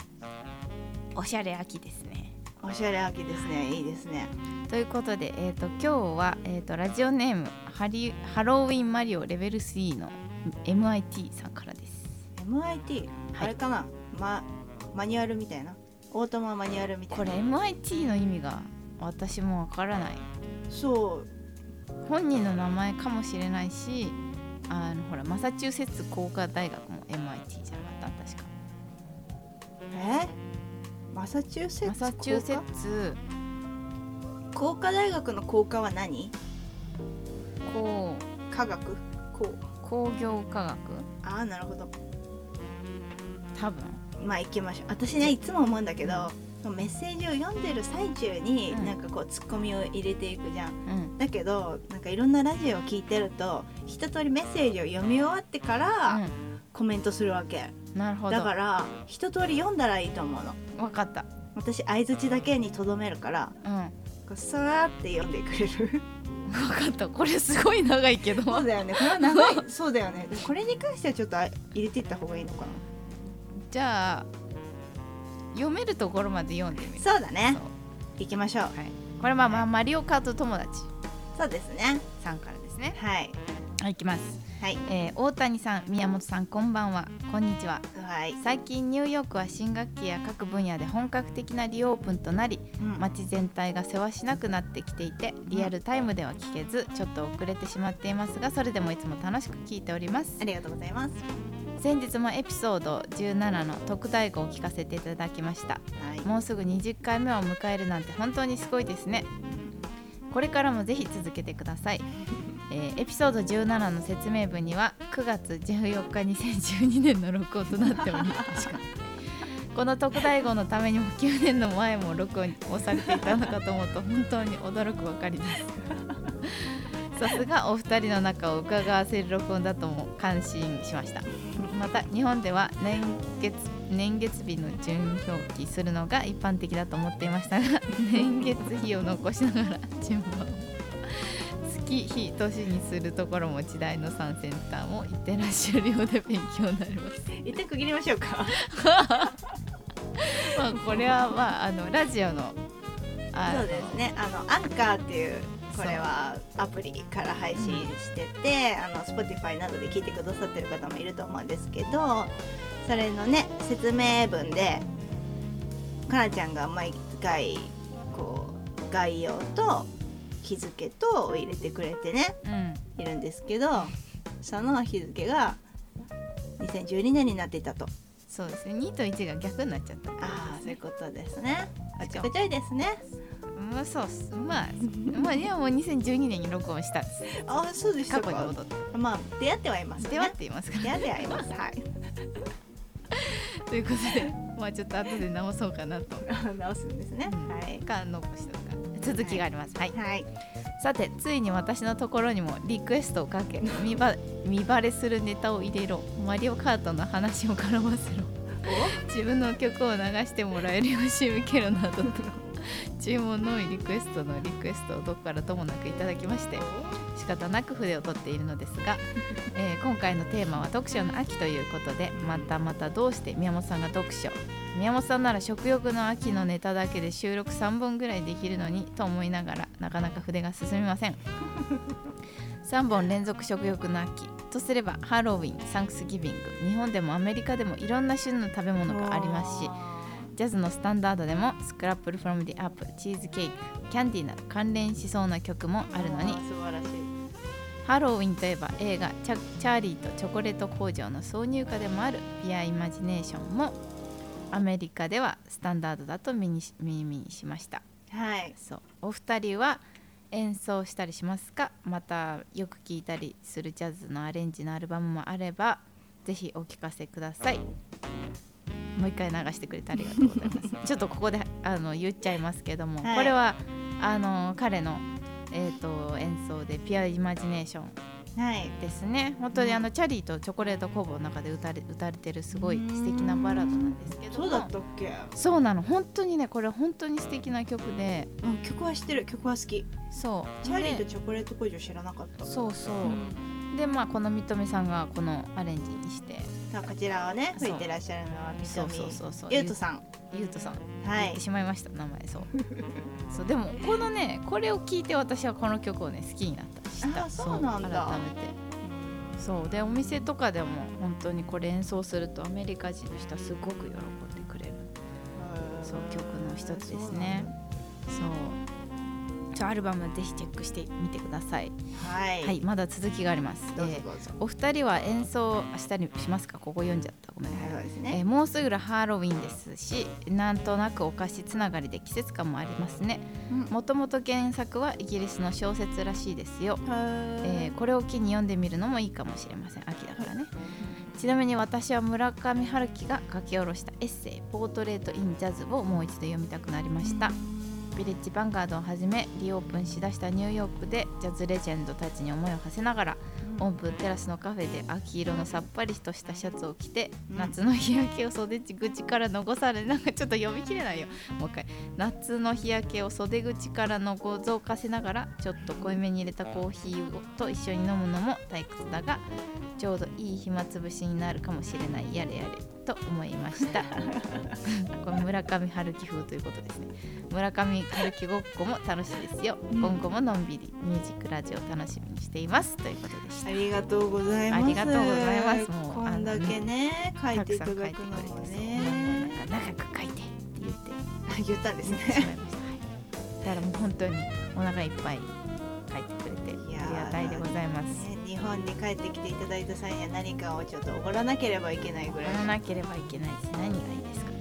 Speaker 2: おしゃれ秋ですね
Speaker 1: おしゃれ秋ですねいいですね
Speaker 2: ということで、えー、と今日は、えー、とラジオネームハリハロウィンマリオレベル3の MIT さんからです
Speaker 1: MIT
Speaker 2: はい
Speaker 1: あれかな、ま、マニュアルみたいなオートママニュアルみたいな
Speaker 2: これ MIT の意味が私もわからない
Speaker 1: そう
Speaker 2: 本人の名前かもしれないしあのほらマサチューセッツ工科大学も MIT じゃなかった確か
Speaker 1: えマサチューセッ
Speaker 2: マ
Speaker 1: ツ工科
Speaker 2: サチューセッツ
Speaker 1: 工科大学の工科は何
Speaker 2: 工
Speaker 1: 科学工
Speaker 2: 工業科学
Speaker 1: ああなるほど
Speaker 2: 多分
Speaker 1: まあ行きましょう私ねいつも思うんだけどメッセージを読んでる最中に、
Speaker 2: うん
Speaker 1: なんかこうツッコミを入れていくじゃん
Speaker 2: うん
Speaker 1: だけどなんかいろんなラジオを聞いてると一通りメッセージを読み終わってから、コメントするわけ
Speaker 2: うん、なるほど
Speaker 1: だから一通り読んだらいいと思うの
Speaker 2: わかった
Speaker 1: 私相づちだけにとどめるから
Speaker 2: うんわ
Speaker 1: こうさーって読んでくれる
Speaker 2: かったこれすごい長いけ ど
Speaker 1: そうだよ ねこれは長いそうだよねでこれに関してはちょっとあ入れていった方がいいのかな
Speaker 2: じゃあ読めるところまで読んでみる
Speaker 1: そうだね
Speaker 2: そう
Speaker 1: 行きましょう
Speaker 2: これまあ、まあ、マリオカート友達
Speaker 1: そうですね
Speaker 2: さんからですね
Speaker 1: はい
Speaker 2: はいいきます、
Speaker 1: はい
Speaker 2: えー大谷さん宮本さんこんばんはこんにちは
Speaker 1: はい、
Speaker 2: 最近ニューヨークは新学期や各分野で本格的なリオープンとなり
Speaker 1: うん
Speaker 2: 街全体がせわしなくなってきていてリアルタイムでは聞けずちょっと遅れてしまっていますがそれでもいつも楽しく聞いております
Speaker 1: ありがとうございます
Speaker 2: 先日もエピソード17の特大号を聞かせていただきました
Speaker 1: はい
Speaker 2: もうすぐ20回目を迎えるなんて本当にすごいですねこれからもぜひ続けてください、えーエピソード17の説明文には9月14日2012年の録音となっており 確かこの特大号のためにも9年の前も録音をされていたのかと思うと本当に驚くばかり ですさすがお二人の仲を伺わせる録音だとも感心しましたまた日本では年月年月日の順表記するのが一般的だと思っていまし たが年月日を残しながら順番を月日年にするところも時代の3センターも行ってらっしゃるようで勉強になり ます
Speaker 1: 一旦区切りましょうか
Speaker 2: まあこれはまああのラジオのあの
Speaker 1: そうですねあのアンカーっていうこれはアプリから配信してて、あの Spotify などで聞いてくださってる方もいると思うんですけどそれのね説明文でかなちゃんが毎回こう概要と日付と入れてくれてね
Speaker 2: うん
Speaker 1: いるんですけどその日付が2012年になっていたと
Speaker 2: そうですね2と1が逆になっちゃった
Speaker 1: ああそういうことですね
Speaker 2: あ
Speaker 1: おちょこちょいですね
Speaker 2: まあそうっ すまあまあいやもう2012年に録音したんです
Speaker 1: ああそうでした
Speaker 2: 過去に
Speaker 1: か
Speaker 2: 戻って
Speaker 1: まあ出会ってはいますよね
Speaker 2: 出会っていますから
Speaker 1: 出会ってはいますはい
Speaker 2: ということで まあちょっと後で直そうかなと
Speaker 1: 直すんですね、
Speaker 2: うん
Speaker 1: はい
Speaker 2: か残しとか続きがありますはい、
Speaker 1: はい
Speaker 2: さてついに私のところにもリクエストをかけ見ば見バレするネタを入れろマリオカートの話を絡ませろ自分の曲を流してもらえるよう仕向けろなどと注文の多いリクエストのリクエストをどこからともなくいただきまして仕方なく筆を取っているのですが、えー今回のテーマは読書の秋ということでまたまたどうして宮本さんが読書宮本さんなら食欲の秋のネタだけで収録3本ぐらいできるのにと思いながらなかなか筆が進みません3本連続食欲の秋とすればハロウィンサンクスギビング日本でもアメリカでもいろんな旬の食べ物がありますしジャズのスタンダードでもスクラップルフロムディアップチーズケーキキャンディーなど関連しそうな曲もあるのに
Speaker 1: あー素晴らしい
Speaker 2: ハロウィンといえば映画チャ「チャーリーとチョコレート工場」の挿入歌でもある「ピア・イマジネーション」もアメリカではスタンダードだと耳にし耳にしました
Speaker 1: はい
Speaker 2: そうお二人は演奏したりしますかまたよく聴いたりするジャズのアレンジのアルバムもあればぜひお聞かせくださいもう一回流してくれてありがとうございま すちょっとここであの言っちゃいますけども、
Speaker 1: はい
Speaker 2: これはあの彼の、えー、と演奏で「ピア・イマジネーション」
Speaker 1: はい
Speaker 2: ですね本当にあのチャリーとチョコレート工房の中で歌れ歌われてるすごい素敵なバラードなんですけども
Speaker 1: そうだったっけ
Speaker 2: そうなの本当にねこれ本当に素敵な曲で
Speaker 1: うん曲は知ってる曲は好き
Speaker 2: そう
Speaker 1: チャーリーと
Speaker 2: で
Speaker 1: チョコレート工場知らなかった
Speaker 2: そうそう、
Speaker 1: うん
Speaker 2: でまあこのみとみさんがこのアレンジにして
Speaker 1: さあこちらはね
Speaker 2: そう
Speaker 1: 吹いてらっしゃるのはみ
Speaker 2: そ
Speaker 1: と
Speaker 2: うそう
Speaker 1: み
Speaker 2: そうそう
Speaker 1: ゆうとさん
Speaker 2: ゆゆうとさん
Speaker 1: は
Speaker 2: 言っ
Speaker 1: い
Speaker 2: てしまいました名前そうそうでもこのねこれを聞いて私はこの曲をね好きになった知った
Speaker 1: あそうなんだ
Speaker 2: 改めてそうでお店とかでも本当にこれ演奏するとアメリカ人の人はすごく喜んでくれるそう曲の一つですねそうちょアルバムぜひチェックしてみてください
Speaker 1: はい
Speaker 2: はいまだ続きがあります
Speaker 1: どうぞ
Speaker 2: えー
Speaker 1: どうぞ
Speaker 2: お二人は演奏明日にしますかここ読んじゃったごめんなさい
Speaker 1: はいそうです
Speaker 2: え
Speaker 1: ね
Speaker 2: ーもうすぐハロウィンですしなんとなくお菓子つながりで季節感もありますね
Speaker 1: うん
Speaker 2: もともと原作はイギリスの小説らしいですよ、え
Speaker 1: え
Speaker 2: ーこれを機に読んでみるのもいいかもしれません秋だからねちなみに私は村上春樹が書き下ろしたエッセイ「ポートレート・イン・ジャズ」をもう一度読みたくなりましたヴィレッジヴァンガードをはじめリオープンしだしたニューヨークでジャズレジェンドたちに思いを馳せながらオープンテラスのカフェで秋色のさっぱりとしたシャツを着て、
Speaker 1: うん
Speaker 2: 夏の日焼けを袖口から残されなんかちょっと読みきれないよもう一回夏の日焼けを袖口から覗かせながらちょっと濃いめに入れたコーヒーをと一緒に飲むのも退屈だがちょうどいい暇つぶしになるかもしれないやれやれと思いました これ村上春樹風ということですね村上春樹ごっこも楽しいですよ、
Speaker 1: うん
Speaker 2: 今後ものんびりミュージックラジオを楽しみにしていますということでした
Speaker 1: ありがとうございます
Speaker 2: ありがとうございますもう
Speaker 1: こんだけね書い
Speaker 2: た
Speaker 1: て
Speaker 2: く
Speaker 1: い
Speaker 2: さ
Speaker 1: た
Speaker 2: ん書い
Speaker 1: だ
Speaker 2: て
Speaker 1: く
Speaker 2: くれ
Speaker 1: の
Speaker 2: て
Speaker 1: も
Speaker 2: ね
Speaker 1: ね
Speaker 2: なんか長く書いてって言って
Speaker 1: 言ったんですね
Speaker 2: しまいました、はい、だからもう本当にお腹いっぱい書いてくれて
Speaker 1: いやー
Speaker 2: ありがたいでございます
Speaker 1: ね日本に帰ってきていただいた際には何かをちょっとおごらなければいけないぐら
Speaker 2: や
Speaker 1: い
Speaker 2: らなければいけないです何がいいですかね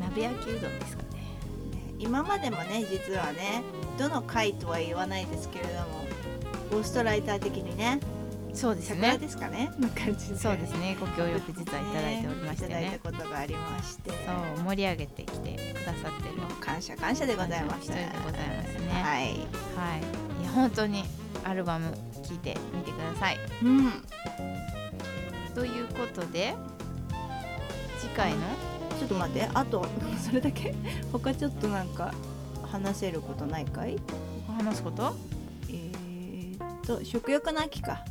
Speaker 2: 鍋焼きうどんですかね
Speaker 1: 今までもね実はねどの回とは言わないですけれどもゴーストライター的にね
Speaker 2: そうです
Speaker 1: 桜
Speaker 2: ね
Speaker 1: ですかねの感じで
Speaker 2: そうですねご協力実はいただいておりまして
Speaker 1: いただい
Speaker 2: ね
Speaker 1: たことがありまして
Speaker 2: そう盛り上げてきてくださってる
Speaker 1: 感謝感謝でございます
Speaker 2: 感謝の一人でございますね
Speaker 1: はい、
Speaker 2: はいいや本当にアルバム聴いてみてください
Speaker 1: うん、
Speaker 2: ということで次回の
Speaker 1: ちょっと待ってあとそれだけ 他ちょっとなんか話せることないかい
Speaker 2: 話すこと
Speaker 1: えーっと食欲の秋か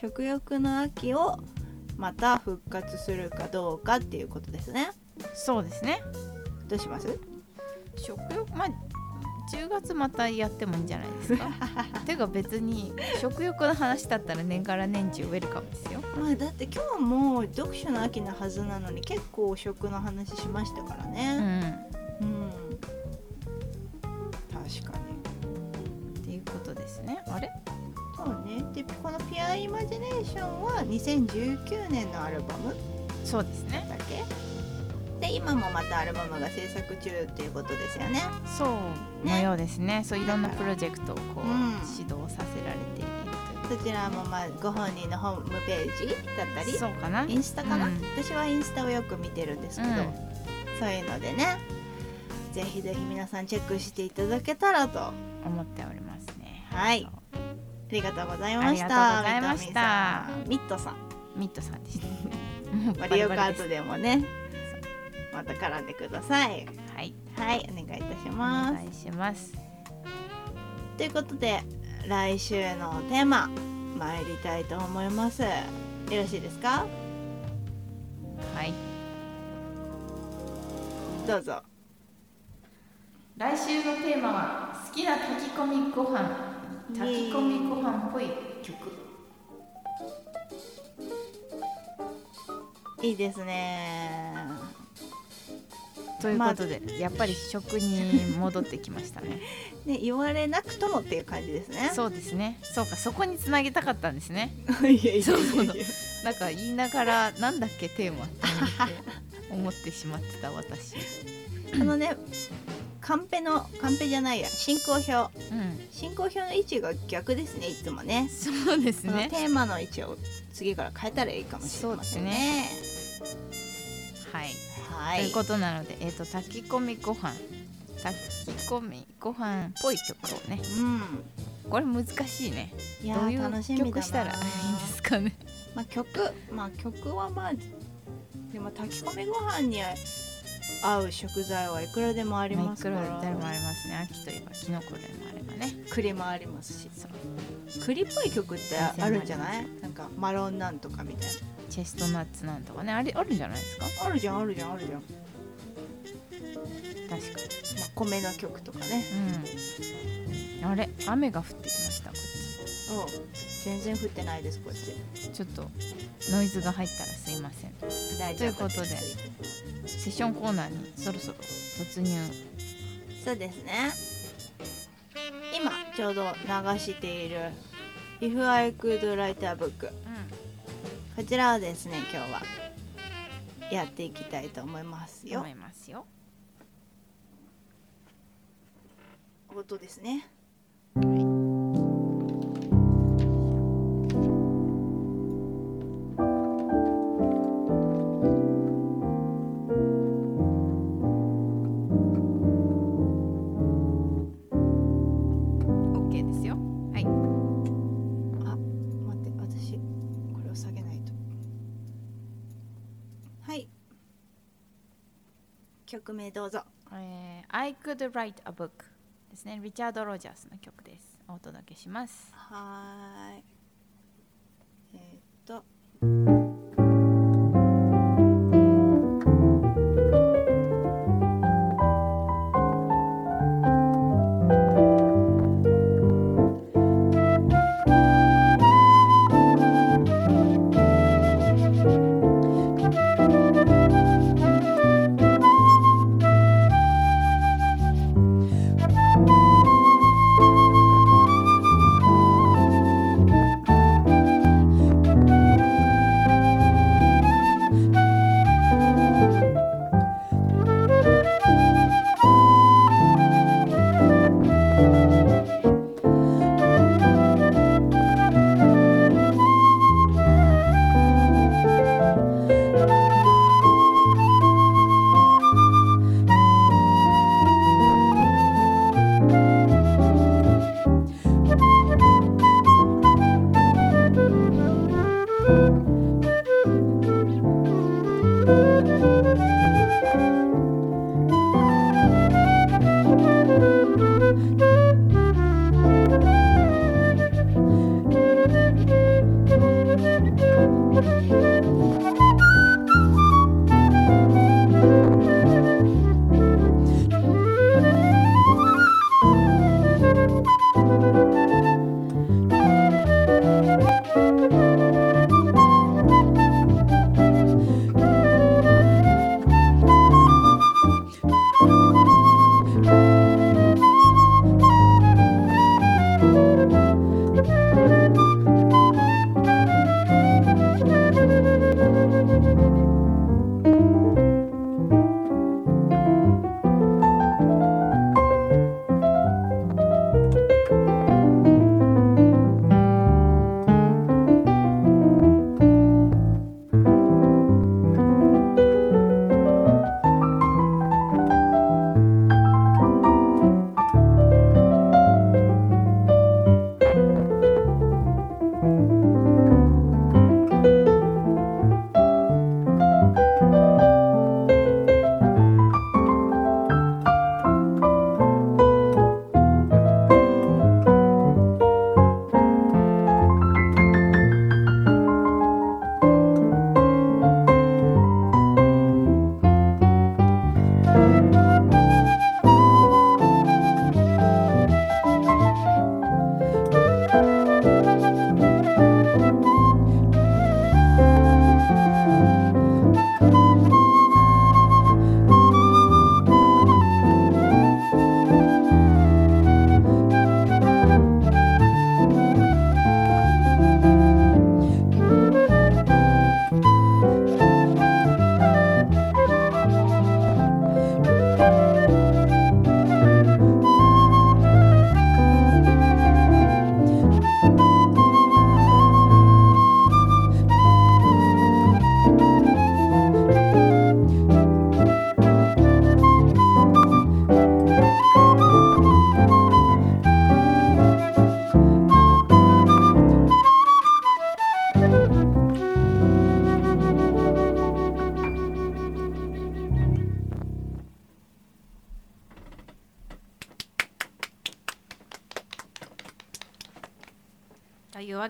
Speaker 1: 食欲の秋をまた復活するかどうかっていうことですね
Speaker 2: そうですね
Speaker 1: どうします
Speaker 2: 食欲まあ10月またやってもいいんじゃないです かてか別に食欲の話だったら年から年中ウェルカムですよ
Speaker 1: まあだって今日も読書の秋のはずなのに結構食の話しましたから
Speaker 2: う
Speaker 1: ねう
Speaker 2: ん
Speaker 1: ん、確かに
Speaker 2: っていうことですねあれ
Speaker 1: そうねでこの「ピアイマジネーション」は2019年のアルバム
Speaker 2: そうですね
Speaker 1: だけで今もまたアルバムが制作中っていうことですよね
Speaker 2: そう
Speaker 1: ね
Speaker 2: のようですねそういろんなプロジェクトをこ
Speaker 1: う
Speaker 2: う、
Speaker 1: ん
Speaker 2: 指導させられていると
Speaker 1: そちらもまあご本人のホームページだった
Speaker 2: いう
Speaker 1: り
Speaker 2: そうかな
Speaker 1: インスタかな、
Speaker 2: うん
Speaker 1: 私はインスタをよく見てるんですけど、
Speaker 2: うん
Speaker 1: そういうのでねぜひぜひ皆さんチェックしていただけたらとあ
Speaker 2: 思っておりますね
Speaker 1: はい
Speaker 2: そう
Speaker 1: りがとうございました
Speaker 2: ありがとうございました
Speaker 1: ミットさん
Speaker 2: ミッドさんでしたもう
Speaker 1: マ
Speaker 2: バ
Speaker 1: リ
Speaker 2: リ
Speaker 1: オ
Speaker 2: バ
Speaker 1: カー
Speaker 2: リです
Speaker 1: トでもねまた絡んでください
Speaker 2: はい
Speaker 1: はいお願いいたし
Speaker 2: お
Speaker 1: ます
Speaker 2: 願いします
Speaker 1: ということで来週のテーマ参りたいと思いますよろしいですか
Speaker 2: はい
Speaker 1: どうぞ
Speaker 2: 来週のテーマは好きな炊き込みご飯炊き込みご飯っぽい曲
Speaker 1: いいですね
Speaker 2: ということで、やっぱり食に戻ってきました ね
Speaker 1: ね言われなくともっていう感じですね
Speaker 2: そうですねそうかそこにつなげたかったんですね
Speaker 1: う いやいやいやいや
Speaker 2: そうそうそうなんか言いながらなんだっけテーマって思ってしまってた私
Speaker 1: あのねカンペのカンペじゃないや進行表
Speaker 2: うん
Speaker 1: 進行表の位置が逆ですねいつもね
Speaker 2: そうです
Speaker 1: その
Speaker 2: ね
Speaker 1: テーマの位置を次から変えたらいいかもしれませんね
Speaker 2: はい、
Speaker 1: はい
Speaker 2: ということなのでえっ、と炊き込みご飯炊き込みご飯っぽい曲をね
Speaker 1: うん
Speaker 2: これ難しいね
Speaker 1: いや
Speaker 2: どうい
Speaker 1: ー楽し
Speaker 2: う
Speaker 1: みだな
Speaker 2: 曲したらいいんですかね
Speaker 1: まあ、曲まあ曲はまあでも炊き込みご飯に合う食材はいくらでもありますか
Speaker 2: マイクロでもあ
Speaker 1: ら
Speaker 2: りますね秋といえばキノコ類もあればね
Speaker 1: 栗もありますし
Speaker 2: そう
Speaker 1: 栗っぽい曲ってあるんじゃないなんかマロンなんとかみたい
Speaker 2: チェストナッツなんとかねあれあるんじゃないですか
Speaker 1: なあるじゃんあるじゃんあるじゃん、ま
Speaker 2: 確かに
Speaker 1: あ、米の曲とかね
Speaker 2: うんあれ雨が降ってきましたこっ
Speaker 1: うん全然降ってないですこっち
Speaker 2: ちちょっとノイズが入ったらすいません
Speaker 1: 大
Speaker 2: ということで
Speaker 1: です
Speaker 2: セッションコーナーにそろそろ突入
Speaker 1: そうですね今ちょうど流している「If I Could Write a Book」こちらをですね今日はやっていきたいと思いますよ
Speaker 2: 思。いますよ
Speaker 1: 音ですね。
Speaker 2: OK ですよはい
Speaker 1: 待って私これを下げないと。はい。曲名どうぞ。
Speaker 2: えー I could write a book ですねリチャード・ロジャースの曲ですお届けします
Speaker 1: はーい。えー、っと。
Speaker 4: 「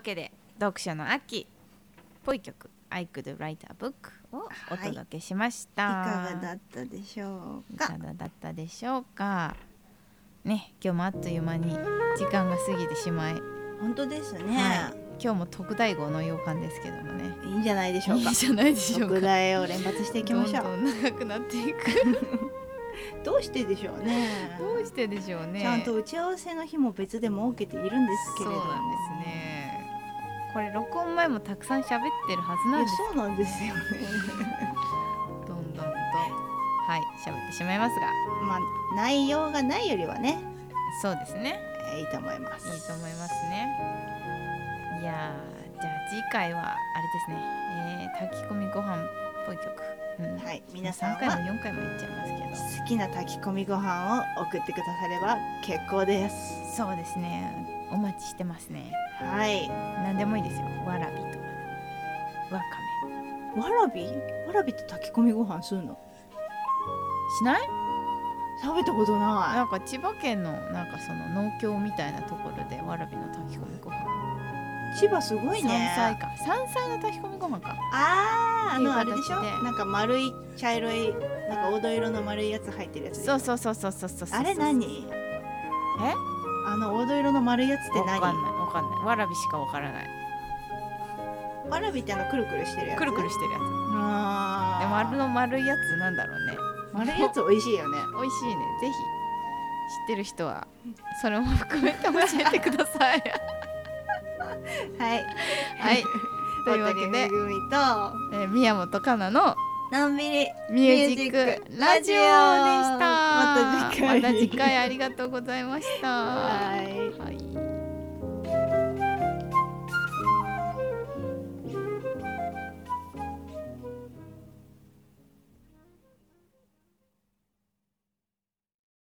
Speaker 2: けで読書の秋っぽい曲「I could write a book」をお
Speaker 1: はい
Speaker 2: 届けしました、
Speaker 1: かがだったでしょう
Speaker 2: い
Speaker 1: か
Speaker 2: かがだったでしょうかね今日もあっという間に時間が過ぎてしまい、
Speaker 1: 本当ですね、
Speaker 2: はい、今日も特大号の予感ですけどもね
Speaker 1: い、いんじゃないでしょう
Speaker 2: い
Speaker 1: か
Speaker 2: いじゃないでしょうか
Speaker 1: 特大を連発していきましょう
Speaker 2: どんどん長くなっていく
Speaker 1: どうしてでしょうね
Speaker 2: どうしてでしょうね
Speaker 1: ちゃんと打ち合わせの日も別で設けているんですけれども
Speaker 2: そうなんですねこれ録音前もたくさん喋ってるはず
Speaker 1: い
Speaker 2: なん
Speaker 1: や
Speaker 2: です
Speaker 1: そうなんですよね
Speaker 2: どんどんとはい喋ってしまいますが
Speaker 1: まあ内容がないよりはね
Speaker 2: そうですね
Speaker 1: えーいいと思います
Speaker 2: いいと思いますねいやーじゃあ次回はあれですね、えー、炊き込みご飯っぽい曲、うん
Speaker 1: はい皆さん
Speaker 2: 3回も
Speaker 1: は
Speaker 2: 4回も言っちゃいますけど
Speaker 1: 好きな炊き込みご飯を送ってくだされば結構です
Speaker 2: そうですねお待ちしてますね
Speaker 1: はい
Speaker 2: 何でもいいですよわらびとかわかめ
Speaker 1: わらびわらびって炊き込みご飯するの
Speaker 2: しない
Speaker 1: 食べたこと
Speaker 2: な
Speaker 1: なん
Speaker 2: か千葉県のなんかその農協みたいなところでわらびの炊き込みご飯
Speaker 1: い千葉すごいね
Speaker 2: 山菜か山菜の炊き込みご飯か
Speaker 1: あーあのあ
Speaker 2: ってい
Speaker 1: れ
Speaker 2: う
Speaker 1: で
Speaker 2: 形
Speaker 1: し
Speaker 2: で
Speaker 1: ょなんか丸い茶色いなんか黄土色の丸いやつ入ってるやつ
Speaker 2: そうそうそうそうそうそうそう
Speaker 1: あれ何
Speaker 2: え
Speaker 1: あの黄土色の丸いやつって
Speaker 2: わ
Speaker 1: 何
Speaker 2: かんないわかんないわらびしかわからない
Speaker 1: わらびってあのくるくるしてるやつ
Speaker 2: くるくるしてるやつ
Speaker 1: あ
Speaker 2: で
Speaker 1: ー
Speaker 2: もあれの丸いやつなんだろうね
Speaker 1: 丸いやつ美味しいよ ね
Speaker 2: 美味しいねぜひ知ってる人はそれも含めて教えてください
Speaker 1: はい
Speaker 2: はいというわけで
Speaker 1: 小鳥めぐみと
Speaker 2: えー宮本かなの
Speaker 1: のんびり
Speaker 2: ミュージックラジオでした
Speaker 1: また次回
Speaker 2: また次回ありがとうございました
Speaker 1: はい
Speaker 2: はい